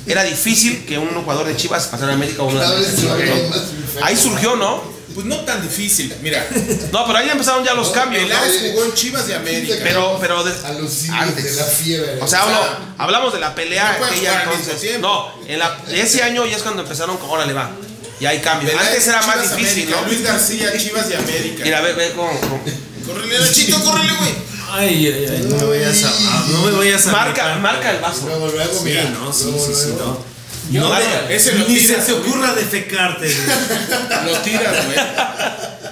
S1: Era difícil que un jugador de Chivas pasara a América o una de ¿no? Ahí surgió, ¿no?
S5: Pues no tan difícil,
S3: (laughs)
S5: mira.
S1: No, pero ahí empezaron ya los cambios. ¿no?
S5: Peláez jugó en Chivas de América.
S1: Pero, pero de- antes.
S2: de la fiebre.
S1: O sea, hablo- hablamos de la pelea
S5: No puedes
S1: aquella
S5: jugar al
S1: entonces.
S5: mismo tiempo.
S1: No, en la- ese año ya es cuando empezaron con órale va. Y hay cambios.
S5: Peláez,
S1: Antes era más
S5: Chivas,
S1: difícil,
S5: América.
S1: ¿no?
S5: Luis García, Chivas de América.
S1: Mira, ve, ve con,
S3: (laughs)
S1: con-
S5: Córrele, Nachito, córrele, güey.
S3: Ay, ay, ay, no me vayas a. ah, No me vayas a.
S1: Marca, marca el vaso.
S3: Sí, no, sí, sí, sí, no.
S5: Yo-
S3: No,
S5: Vaya, ese lo
S3: ni
S5: tira,
S3: se te
S5: güey.
S3: ocurra defecarte. güey.
S5: Lo tiras, güey.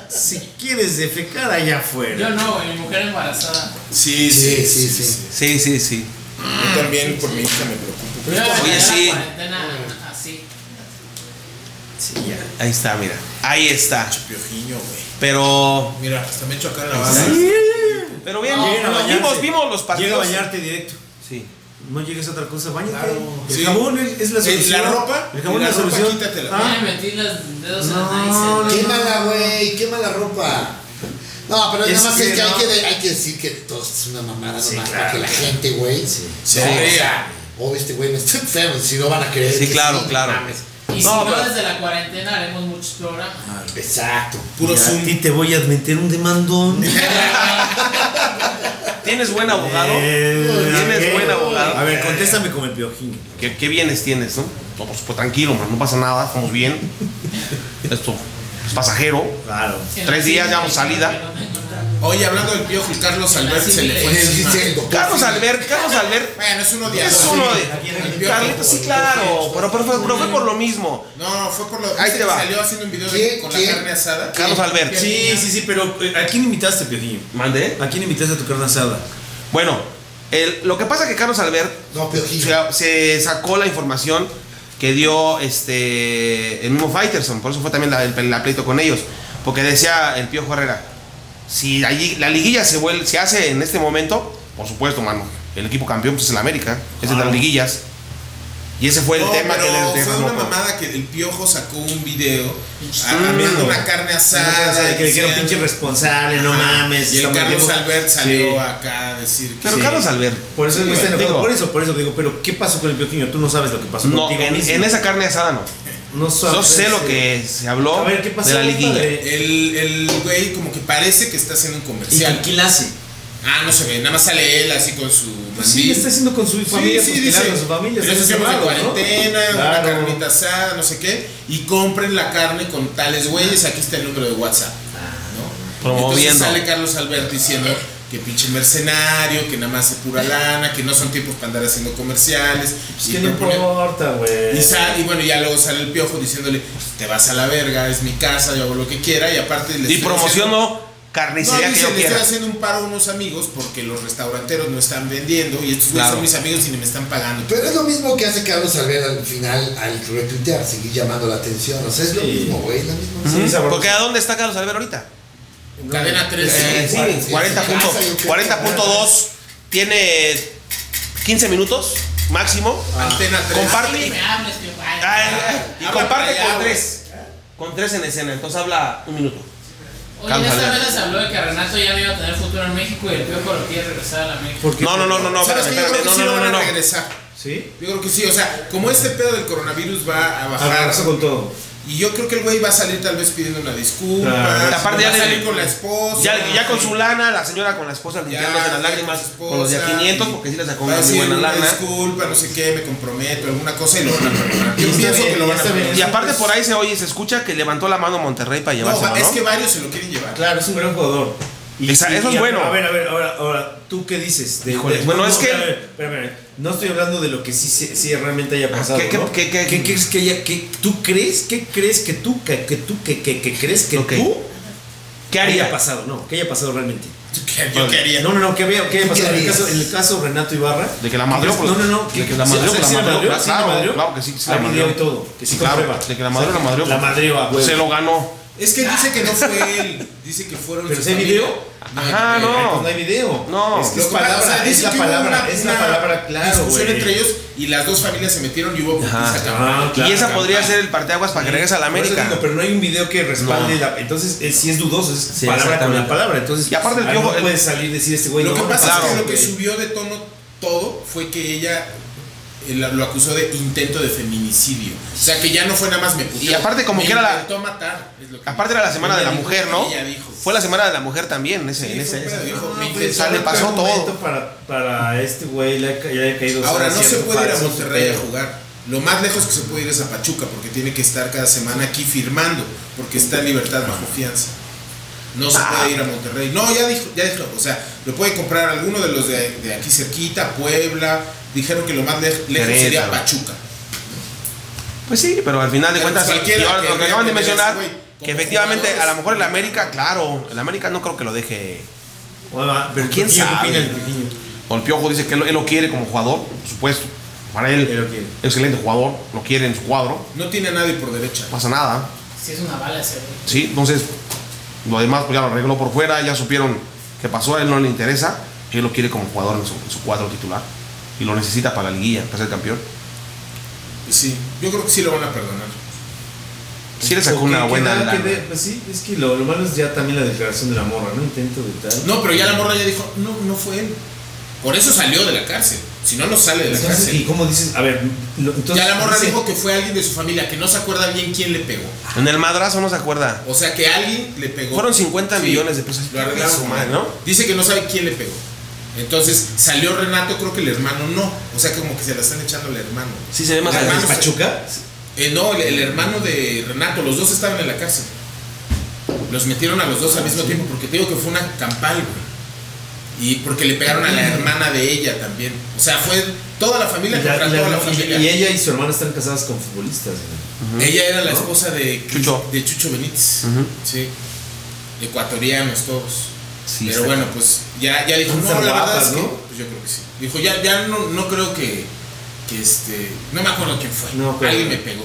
S3: si quieres defecar allá afuera.
S7: Yo no, güey, mi mujer embarazada.
S5: Sí, sí, sí, sí.
S1: Sí, sí, sí.
S5: Yo también por mi hija me preocupo.
S7: Yo la
S1: Oye, sí.
S7: cuarentena así.
S3: Sí, ya.
S1: Ahí está, mira. Ahí está.
S5: Piojiño, güey.
S1: Pero.
S5: Mira, hasta me echo acá en la base.
S1: Pero bien,
S3: Lleguen a
S1: no,
S3: bañarse.
S1: vimos, vimos los
S3: Llega a
S1: partidos.
S3: bañarte directo.
S1: Sí.
S3: No llegues a otra cosa, bañate. El
S5: Sí.
S3: jabón es, es la
S5: Sí,
S3: solución.
S5: la ropa,
S3: El jabón
S5: la
S3: es la
S5: ropa,
S3: solución.
S5: quítatela.
S7: Ya
S3: Ah,
S7: me metí los dedos en
S3: No,
S7: la nariz.
S3: no,
S7: ¿eh?
S2: Quémala, güey, quema la ropa. No, pero
S3: Es
S2: nada más
S3: que
S2: es que,
S3: no.
S2: hay, que hay que decir que todo es una mamada,
S3: Sí,
S2: nomás,
S3: claro.
S2: porque la gente, güey. Sí.
S5: Sí.
S2: Obvio, este güey no está enfermo, si no van a creer.
S1: Sí,
S2: que
S1: claro,
S2: no
S1: claro.
S2: mames.
S7: Y si
S1: No,
S7: no,
S1: pero-
S7: desde la cuarentena haremos muchos programas.
S2: Exacto.
S5: Puro
S3: y a
S5: zoom.
S3: ti te voy a meter un demandón.
S1: ¿Tienes buen abogado?
S3: Eh,
S1: ¿Tienes
S3: ¿qué?
S1: buen abogado?
S3: A ver, contéstame como el piojín.
S1: ¿Qué, qué bienes tienes, no? No, pues, pues, tranquilo, man, no pasa nada, estamos bien. Esto es pasajero.
S3: Claro.
S7: En
S1: Tres
S7: la
S1: días, ya vamos
S7: cima,
S1: salida.
S7: que no tengo nada.
S5: Oye, hablando del piojo, Carlos Albert se le fue
S2: Pues,
S5: encima.
S1: Carlos Albert, Carlos Albert.
S5: Bueno, es uno de
S1: Es uno de. Carlitos, sí, claro. Pero, pero fue, pero fue por lo mismo.
S5: No, fue por lo
S1: Ahí te
S5: que
S1: va.
S5: salió haciendo un video de-
S2: ¿Quién?
S5: con
S2: ¿Quién?
S5: la carne asada.
S1: Carlos Albert.
S3: Sí, sí, sí, pero eh, ¿a quién invitaste, piojín?
S1: Mandé.
S3: ¿A quién invitaste a tu carne asada?
S1: Bueno, el- lo que pasa es que Carlos Albert
S2: No, piojillo.
S1: se, se sacó la información que dio este el mismo Fighterson, por eso fue también la, el, la pleito con ellos, porque decía el Piojo Herrera, si la, lli- la liguilla se, vuel- se hace en este momento, por supuesto, mano, el equipo campeón pues, es el América, es el de las liguillas, y ese fue el
S5: No,
S1: tema que
S5: pero
S1: le
S5: fue
S1: detonó
S5: una
S1: todo.
S5: mamada que el piojo sacó un video a-
S3: Mm.
S5: armando una carne
S3: Una carne
S5: asada.
S3: que dijeron
S5: diciendo-
S3: pinche responsable, no mames.
S5: Y el
S3: estamos
S5: Carlos
S3: bien".
S5: Albert salió
S3: Sí.
S5: acá a decir que
S1: Pero
S5: Sí.
S1: Carlos Albert,
S3: Por eso,
S5: Sí,
S3: está enojado.
S1: digo-
S3: por eso, por eso digo, pero ¿qué pasó con el piojiño? Tú no sabes lo que pasó
S1: no,
S3: contigo
S1: en,
S3: mismo.
S1: en esa carne asada no.
S3: no
S1: Yo
S3: sabes,
S1: sé lo
S3: eh,
S1: que se habló
S3: A ver, ¿qué pasó,
S1: de la liguilla.
S3: padre?
S5: El, el güey como que parece que está haciendo un
S3: ¿Y
S5: comercial.
S3: quién la hace?
S5: Ah, no se ve, nada más sale él así con su
S3: Pues Sí,
S5: mandil.
S3: está haciendo con su familia,
S5: sí,
S3: pues,
S5: dice,
S3: claro, su familia.
S5: En esos
S3: está
S5: tiempos de
S3: encerrado, ¿no?
S5: cuarentena,
S3: Claro.
S5: una carnita asada, no sé qué, y compren la carne con tales güeyes, aquí está el número de WhatsApp. ¿no?
S1: Promoviendo.
S5: Entonces sale Carlos Albert diciendo que pinche mercenario, que nada más hace pura lana, que no son tiempos para andar haciendo comerciales.
S3: Pues
S5: y
S3: que no
S5: propone-
S3: importa, güey.
S5: y, sa- y bueno, ya luego sale el piojo diciéndole, te vas a la verga, es mi casa, yo hago lo que quiera, y aparte le
S1: Y
S5: estoy haciendo-
S1: promociono
S5: no,
S1: carnicería que
S5: dice,
S1: yo
S5: le
S1: quiera.
S5: estoy haciendo un paro a unos amigos porque los restauranteros no están vendiendo y estos güeyes
S1: Claro.
S5: son mis amigos y ni me están pagando.
S2: Pero es lo mismo que hace Carlos Albert al final al retuitear, seguir llamando la atención. O sea, es lo
S3: Sí.
S2: mismo, güey, es lo mismo.
S3: Sí, sabroso.
S1: Porque ¿a dónde está Carlos Albert ahorita?
S5: Cadena 3.
S1: Eh, sí, 40 punto- 40.2 tiene 15 minutos máximo.
S5: Antena 3.
S1: Comparte.
S7: Ni me hables, que
S1: Ah,
S7: vaya.
S1: y
S5: habla para
S1: comparte
S5: allá,
S1: con
S5: güey.
S1: tres. Con tres en escena, entonces habla un minuto.
S7: Oye,
S1: Carlos
S7: esta
S1: Albert.
S7: vez les habló de que Renato ya no iba a tener futuro en México y el Piojo lo quiere regresar a la México.
S3: Porque-
S1: No, no, no, no, no, espérame,
S5: ¿Sabes qué? Yo creo
S1: espérame,
S5: que
S1: no,
S5: sí lo
S1: no,
S5: van
S1: no,
S5: a
S1: no.
S5: regresar.
S3: ¿Sí?
S5: Yo creo que sí, o sea, como este pedo del coronavirus
S1: Ah,
S5: va a bajar.
S3: Agarrazo con todo.
S5: Y yo creo que el güey va a salir tal vez pidiendo una disculpa.
S3: Claro.
S5: va
S1: Aparte Ah, ya le-
S5: a salir con la esposa.
S1: Ya, ya con su lana, la señora con la esposa limpiándose las lágrimas con los de a 500 porque pues sí le sacó
S5: Va
S1: una
S5: a
S1: muy
S5: decir,
S1: buena
S5: una
S1: lana.
S5: disculpa, no sé qué, me comprometo, alguna cosa y lo
S1: (laughs)
S5: van a perdonar. Yo pienso que lo van a perdonar.
S1: Y aparte por ahí se oye, se escucha que levantó la mano Monterrey para
S5: No,
S1: llevárselo,
S5: es que
S1: ¿no?
S5: varios se lo quieren llevar.
S3: Claro, es un gran jugador.
S1: Esa- eso es
S3: a-
S1: bueno.
S3: A ver, a ver, ahora, ahora ¿tú qué dices? De-
S1: Híjole,
S3: de-
S1: bueno,
S3: no,
S1: es
S3: no,
S1: que-
S3: a ver, espera, espera, no estoy hablando de lo que sí, se- sí realmente haya pasado.
S1: Ah, ¿qué- qué-
S3: ¿no?
S1: qué- qué-
S3: crees que haya- qué- ¿Tú crees? ¿Qué crees que tú, que, que tú, que, que, que crees que
S1: Ok.
S3: tú
S1: ¿Qué
S3: que
S1: haría?
S3: haya pasado? No, que haya pasado realmente.
S5: ¿Qué- (laughs) Yo quería.
S3: No, no, no, que había, que haya
S2: ¿Qué
S3: pasado. En el,
S2: harías?
S3: caso, en el caso Renato Ibarra.
S1: De que la madreó,
S3: ¿qué crees? No,
S1: pues,
S3: no, no.
S1: de que la madreó,
S3: sí,
S1: que la
S3: sí
S1: madreó,
S3: sí la
S1: claro,
S3: madreó.
S1: claro que sí, que sí la
S3: Ahí dio
S1: madreó.
S3: y todo. Que sí,
S1: Sí, claro,
S3: comprueba.
S1: de que la madreó, la madreó,
S3: La
S1: pues.
S3: madreó, ah, güey.
S1: Se lo ganó.
S5: Es que él dice
S1: (laughs)
S5: que no fue él. Dice que fueron.
S3: ¿Pero
S5: su
S3: si hay
S5: familia.
S3: video?
S5: No,
S1: Ajá,
S5: no.
S1: Ah, no.
S3: Pues no hay video.
S1: No.
S3: Es que
S5: Lo
S3: es
S5: que pasa,
S3: palabra,
S5: o sea,
S3: es
S5: dice
S3: la
S5: que hubo
S3: palabra,
S5: una-
S3: es la
S5: una
S3: palabra, claro,
S5: Discusión
S3: güey.
S5: entre ellos y las dos familias se metieron y hubo
S1: Ajá.
S5: putiza, cabrón.
S3: Ah, claro,
S1: y esa
S5: cabrón.
S1: podría ser el parteaguas para que regrese a la
S3: Por eso
S1: América.
S3: digo, pero no hay un video que respalde
S1: No.
S3: la. Entonces, eh, sí es dudoso, es
S1: Sí,
S3: palabra con
S1: exactamente.
S3: la palabra. Entonces,
S1: Y aparte el
S3: ahí
S1: piojo-
S3: No
S1: el-
S3: puedes salir y decir este güey.
S5: Lo
S3: no,
S5: que pasa
S1: claro,
S5: es que lo que
S3: güey.
S5: subió de tono todo fue que ella eh, la- lo acusó de intento de feminicidio. O sea, que ya no fue nada más me puteó.
S1: Y aparte como
S5: Me
S1: que era la-
S5: intentó matar. es lo que
S1: Aparte era la
S5: dijo.
S1: semana de
S5: Ella
S1: la
S5: dijo-
S1: mujer, ¿no?
S5: Ella dijo.
S1: Fue la semana de la mujer también, en ese, en
S5: fue
S1: ese.
S5: un pedo, dijo, me
S1: o sea, le pasó todo.
S3: Para, para este güey le ha ca- le ha caído.
S5: Ahora no se
S3: cierto
S5: puede ir a
S3: falso,
S5: Monterrey a
S3: pero-
S5: jugar. Lo más lejos que se puede ir es a Pachuca, porque tiene que estar cada semana aquí firmando, porque está en libertad bajo fianza. No se puede ir a Monterrey. No, ya dijo, ya dijo, o sea, lo puede comprar alguno de los de, de aquí cerquita, Puebla. Dijeron que lo más lej- lejos sería
S1: Querétaro.
S5: Pachuca.
S1: Pues sí, pero al final de
S5: Pero
S1: cuentas,
S5: cualquiera
S1: y ahora lo que
S5: querría
S1: acaban de
S5: tener a ese
S1: mencionar,
S5: güey
S1: que
S5: como
S1: efectivamente
S5: jugador.
S1: a lo mejor el América, claro, el América no creo que lo deje.
S3: Bueno, pero
S1: ¿Quién
S3: Piojo, ¿qué opina
S1: sabe?
S3: el Piojo?
S1: O el Piojo dice que él, él lo quiere como jugador, por supuesto. Para él, excelente jugador, lo quiere en su cuadro,
S5: No tiene a nadie por derecha.
S1: no pasa nada.
S7: Si es una bala ese güey.
S1: Sí, entonces lo demás pues, ya lo arregló por fuera, ya supieron qué pasó, a él no le interesa, él lo quiere como jugador en su, en su cuadro titular y lo necesita para la liguilla, para ser campeón.
S5: Sí, yo creo que sí lo van a perdonar.
S1: Sí le sacó
S3: Porque
S1: una
S3: que
S1: buena
S3: nada que
S1: lana.
S3: ver, Pues sí, es que lo, lo malo es ya también la declaración de la morra, ¿no? Intento de tal.
S5: No, pero ya la morra ya dijo, no, no fue él. Por eso salió de la cárcel. Si no, no sale de la
S3: Entonces,
S5: cárcel.
S3: ¿Y cómo dices? A ver, lo- entonces.
S5: ya la morra
S3: dice-
S5: dijo que fue alguien de su familia, que no se acuerda bien quién le pegó.
S1: En el madrazo no se acuerda.
S5: O sea que alguien le pegó.
S1: Fueron 50
S5: Sí,
S1: millones de pesos.
S5: Lo arreglaron
S1: Eso,
S5: con él.
S1: ¿no?
S5: Dice que no sabe quién le pegó. Entonces salió Renato, creo que el hermano no. O sea, como que se la están echando al hermano.
S1: Sí, se ve más
S5: El
S1: al-
S5: hermano
S1: ¿de
S5: se-
S1: Pachuca?
S5: Eh, no, el, el hermano de Renato, los dos estaban en la cárcel. Los metieron a los dos al mismo tiempo porque te digo que fue una campal, güey. Y porque le pegaron a la hermana de ella también. O sea, fue toda la
S3: Y,
S5: familia
S3: la-
S5: contra
S3: la-
S5: toda la
S3: y-
S5: familia.
S3: y ella y su hermana están casadas con futbolistas. güey.
S5: Ella era la
S3: ¿No?
S5: esposa de Chucho, de Chucho Benítez. Sí. Ecuatorianos todos.
S1: Sí,
S5: Pero
S1: está-
S5: bueno, pues ya, ya dijo, no, la
S3: Están
S5: verdad
S3: guapas,
S5: es que,
S3: ¿no?
S5: pues yo creo que sí. Dijo, ya, ya no, no creo que, que este, no me acuerdo quién fue.
S3: No, pero-
S5: Alguien me pegó.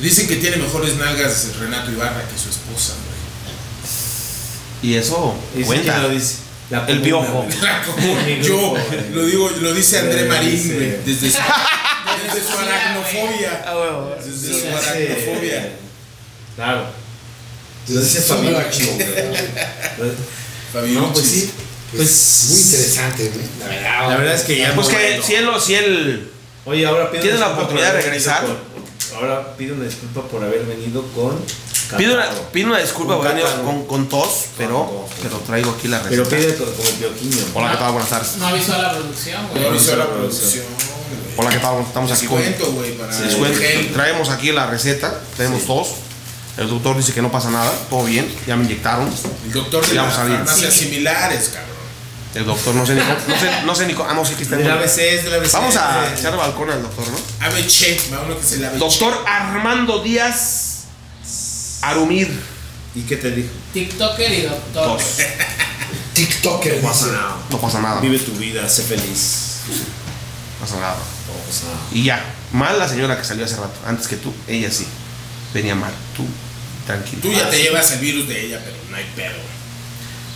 S5: Dicen que tiene mejores nalgas Renato Ibarra que su esposa, güey.
S1: Y eso
S3: ¿Y eso
S1: cuenta.
S3: quién lo dice? La
S1: el
S3: comuna,
S1: piojo.
S5: (laughs)
S3: güey.
S5: Como Yo lo digo, lo dice André Marín, güey, desde su, desde su aracnofobia. Desde su aracnofobia.
S3: Claro. Lo dice
S5: Son
S3: Fabio
S5: aquí.
S3: Chico, güey. (laughs)
S5: Fabio
S3: No, pues
S5: Uchis.
S3: sí. Pues,
S2: Muy interesante, güey. La verdad,
S3: La verdad es que ya.
S1: Pues
S3: no-
S1: que si él, lo- si él
S3: Oye, ahora pido
S1: tiene
S3: una
S1: la
S3: disculpa
S1: oportunidad de
S3: por haber
S1: regresar.
S3: venido con- ahora pido una disculpa por haber venido con.
S1: pide una,
S3: catarro.
S1: pide una disculpa
S3: Con
S1: por haber venido
S3: catarro.
S1: con, con tos, pero
S3: tos,
S1: te lo traigo aquí la
S3: Pero
S1: receta.
S3: pide Ah. con, con el pioquiño.
S1: Hola, ¿qué tal? Buenas tardes.
S7: No avisó a la producción, güey.
S5: Lo hizo
S3: la
S5: la
S3: producción.
S5: producción.
S1: Hola, ¿qué tal? Estamos aquí con.
S5: Descuento, güey, para
S1: Les cuento,
S5: gel.
S1: Traemos aquí la receta, tenemos tos. El doctor dice que no pasa nada, todo bien, ya me inyectaron.
S5: El doctor de
S1: Ya
S5: las
S1: vamos a salir.
S5: farmacias similares, cabrón.
S1: El doctor no sé ni cómo, no sé, no sé ni cómo- ah, no sé qué está en-
S3: De la ABC, es de la ABC.
S1: Vamos a echar balcón al doctor, ¿no?
S5: Ave che, va uno que se la ve.
S1: Doctor Armando Díaz Arumir.
S3: ¿Y qué te dijo?
S7: TikToker y doctor.
S1: Tos.
S2: TikToker, güey.
S3: nada.
S1: No pasa nada, no
S3: Vive tu vida, sé feliz.
S1: pasa nada.
S3: No pasa nada.
S1: Y ya, mal la señora que salió hace rato, antes que tú, ella sí. Venía mal, tú, tranquilo.
S5: Tú ya te llevas el virus de ella, pero no hay pedo.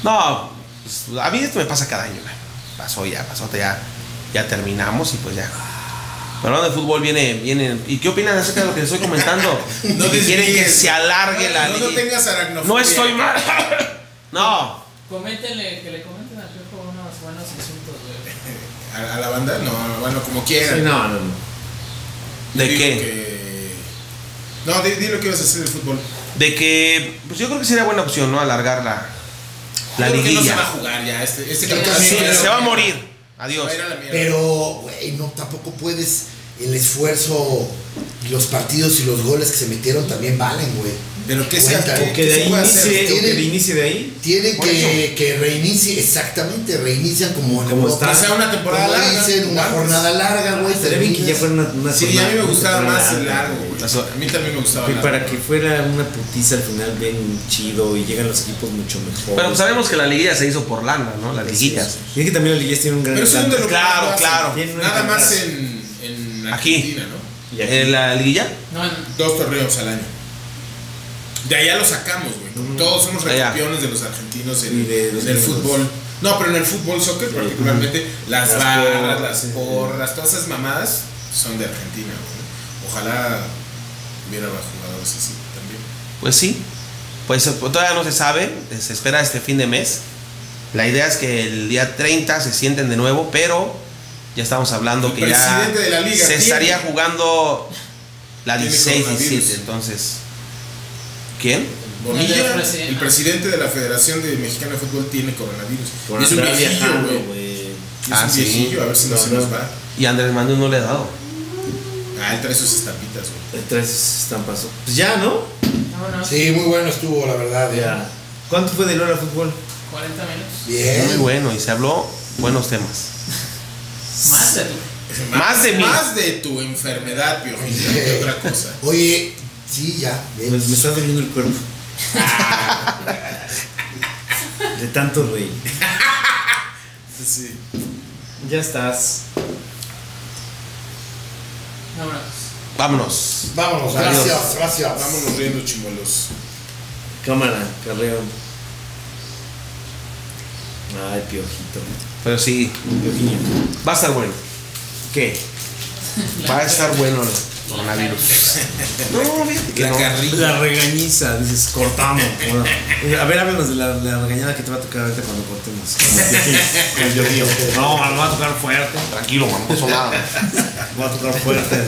S1: No, pues, a mí esto me pasa cada año. güey. Pasó ya, pasó ya, ya terminamos y pues ya. Pero hablando de fútbol viene, viene. ¿Y qué opinan acerca de lo que les estoy comentando?
S5: (laughs) No
S1: que quieren que
S5: desvíes.
S1: se alargue la
S5: No, no,
S1: liga.
S5: tengas aracnofobia.
S1: No estoy
S5: (laughs)
S1: mal. No.
S7: Coméntenle, que le comenten al Piojo unos buenos insultos, güey.
S5: A, a la banda, no, bueno, como quieran.
S3: Sí, no, no, no.
S1: ¿De
S5: Digo
S1: qué?
S5: que- No, di, di lo que ibas a hacer del fútbol.
S1: De que. Pues yo creo que sería buena opción, ¿no? Alargar la, la
S5: Yo creo que no se
S1: liguilla.
S5: va a jugar ya. Este, este
S2: Sí,
S5: campeonato
S2: sí,
S5: va a ir
S1: Se va a
S5: la
S1: morir.
S5: mierda.
S1: Adiós.
S5: Va a ir a la mierda.
S2: Pero, güey, no, tampoco puedes. El esfuerzo y los partidos y los goles que se metieron también valen, güey.
S5: Pero que sea
S2: Cuenta,
S3: Que
S5: que, que
S3: de
S5: se
S3: ahí
S5: pueda hacer.
S3: inicie, o que
S2: Tiene-
S3: de inicie de ahí.
S2: Tienen
S1: Por
S2: que, que reinicie, exactamente, reinician como en
S3: Como está.
S5: Que sea una temporada
S2: Como
S5: larga.
S2: dicen, una
S5: Antes.
S2: jornada larga, güey.
S3: Estaría bien que ya
S2: terminas.
S3: fuera una, una
S5: Sí, a mí me
S3: jornada-
S5: gustaba
S3: una
S5: más el
S3: jornada
S5: largo, güey. A mí también me gustaba
S3: Que
S5: largo.
S3: para que fuera una putiza al final bien chido y llegan los equipos mucho mejor.
S1: Pero pues sabemos que la liguilla se hizo por lana, ¿no? Las liguillas.
S3: Y es que también los Liguillas tienen un gran
S5: Pero eso es
S3: plan.
S5: donde lo
S1: Claro,
S5: hacen.
S1: claro.
S3: Tiene una
S5: Nada más
S3: ventaja.
S5: en, en
S1: Aquí.
S5: Argentina, ¿no?
S3: Y aquí-
S1: ¿En la liguilla?
S7: No, en-
S5: Dos torneos al año. De allá lo sacamos, güey. Todos somos
S1: Allá.
S5: campeones de los argentinos en,
S3: Y de los
S5: en el
S3: gringos.
S5: fútbol. No, pero en el fútbol soccer particularmente, las,
S3: Las
S5: barras,
S3: porras,
S5: las
S3: sí.
S5: porras, todas esas mamadas son de Argentina, güey. Ojalá hubiera jugadores así también.
S1: Pues sí. Pues eh, todavía no se sabe. Eh, Se espera este fin de mes. La idea es que el día 30 se sienten de nuevo, pero ya estamos hablando
S5: El
S1: que ya
S5: presidente de la liga
S1: se
S5: tiene-
S1: estaría jugando la
S5: Tiene
S1: 16,
S5: coronavirus.
S1: 17, entonces. ¿Quién?
S5: Bonilla, el presidente de la Federación de Mexicana de Fútbol tiene coronavirus.
S1: Por
S5: Y es un
S1: andar
S5: viejillo,
S1: viajando,
S5: güey.
S1: güey.
S5: Y Es un viejillo, a ver si no, se nos va.
S1: Y Andrés Manuel no le ha dado.
S5: Ah, él trae sus estampitas, güey.
S3: Él trae sus estampas. Pues ya, ¿no?
S2: Sí, muy bueno estuvo, la verdad. ¿eh? Ya.
S3: ¿Cuánto fue de Lola Fútbol?
S7: 40 minutos.
S5: ¿Eh?
S1: Muy bueno, y se habló buenos temas.
S7: Más de tu.
S1: Más de mí.
S5: Más de tu enfermedad, Piojillo, que otra cosa.
S2: Oye, sí, ya.
S3: Me, me está doliendo el cuerpo. Ah. De tanto reír.
S5: Sí.
S3: Ya estás.
S7: Vámonos.
S1: Vámonos.
S2: Vámonos,
S1: Adiós.
S2: gracias, gracias.
S5: Vámonos riendo, chimolos.
S3: Cámara, carreo. Ay, piojito.
S1: Pero sí,
S3: Piojillo.
S1: va a estar bueno.
S3: ¿Qué?
S1: Va a estar bueno el coronavirus. No, fíjate que
S3: La
S1: no.
S3: carrilla. La regañiza, dices, cortamos. Bueno, eh, a ver, háblanos de la, la regañada que te va a tocar ahorita cuando cortemos. Con el piojillo. No, me va a tocar fuerte.
S1: Tranquilo, man, no pasó nada.
S3: Me va a tocar fuerte.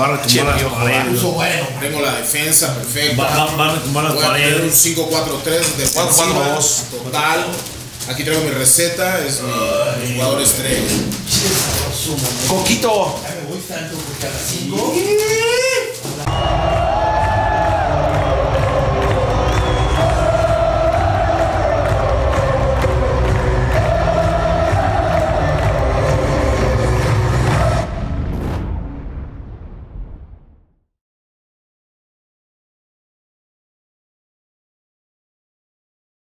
S3: Va a retumbar las paredes.
S2: Puso bueno.
S5: Tengo la defensa perfecta.
S3: Va, va- va a retumbar las
S5: Voy a poner un
S3: paredes.
S5: 5-4-3 defensiva
S1: 4-4-2.
S5: total. Aquí traigo mi receta, es mi, mi jugador estrella.
S1: Coquito.
S2: Ya me voy tanto porque a las 5.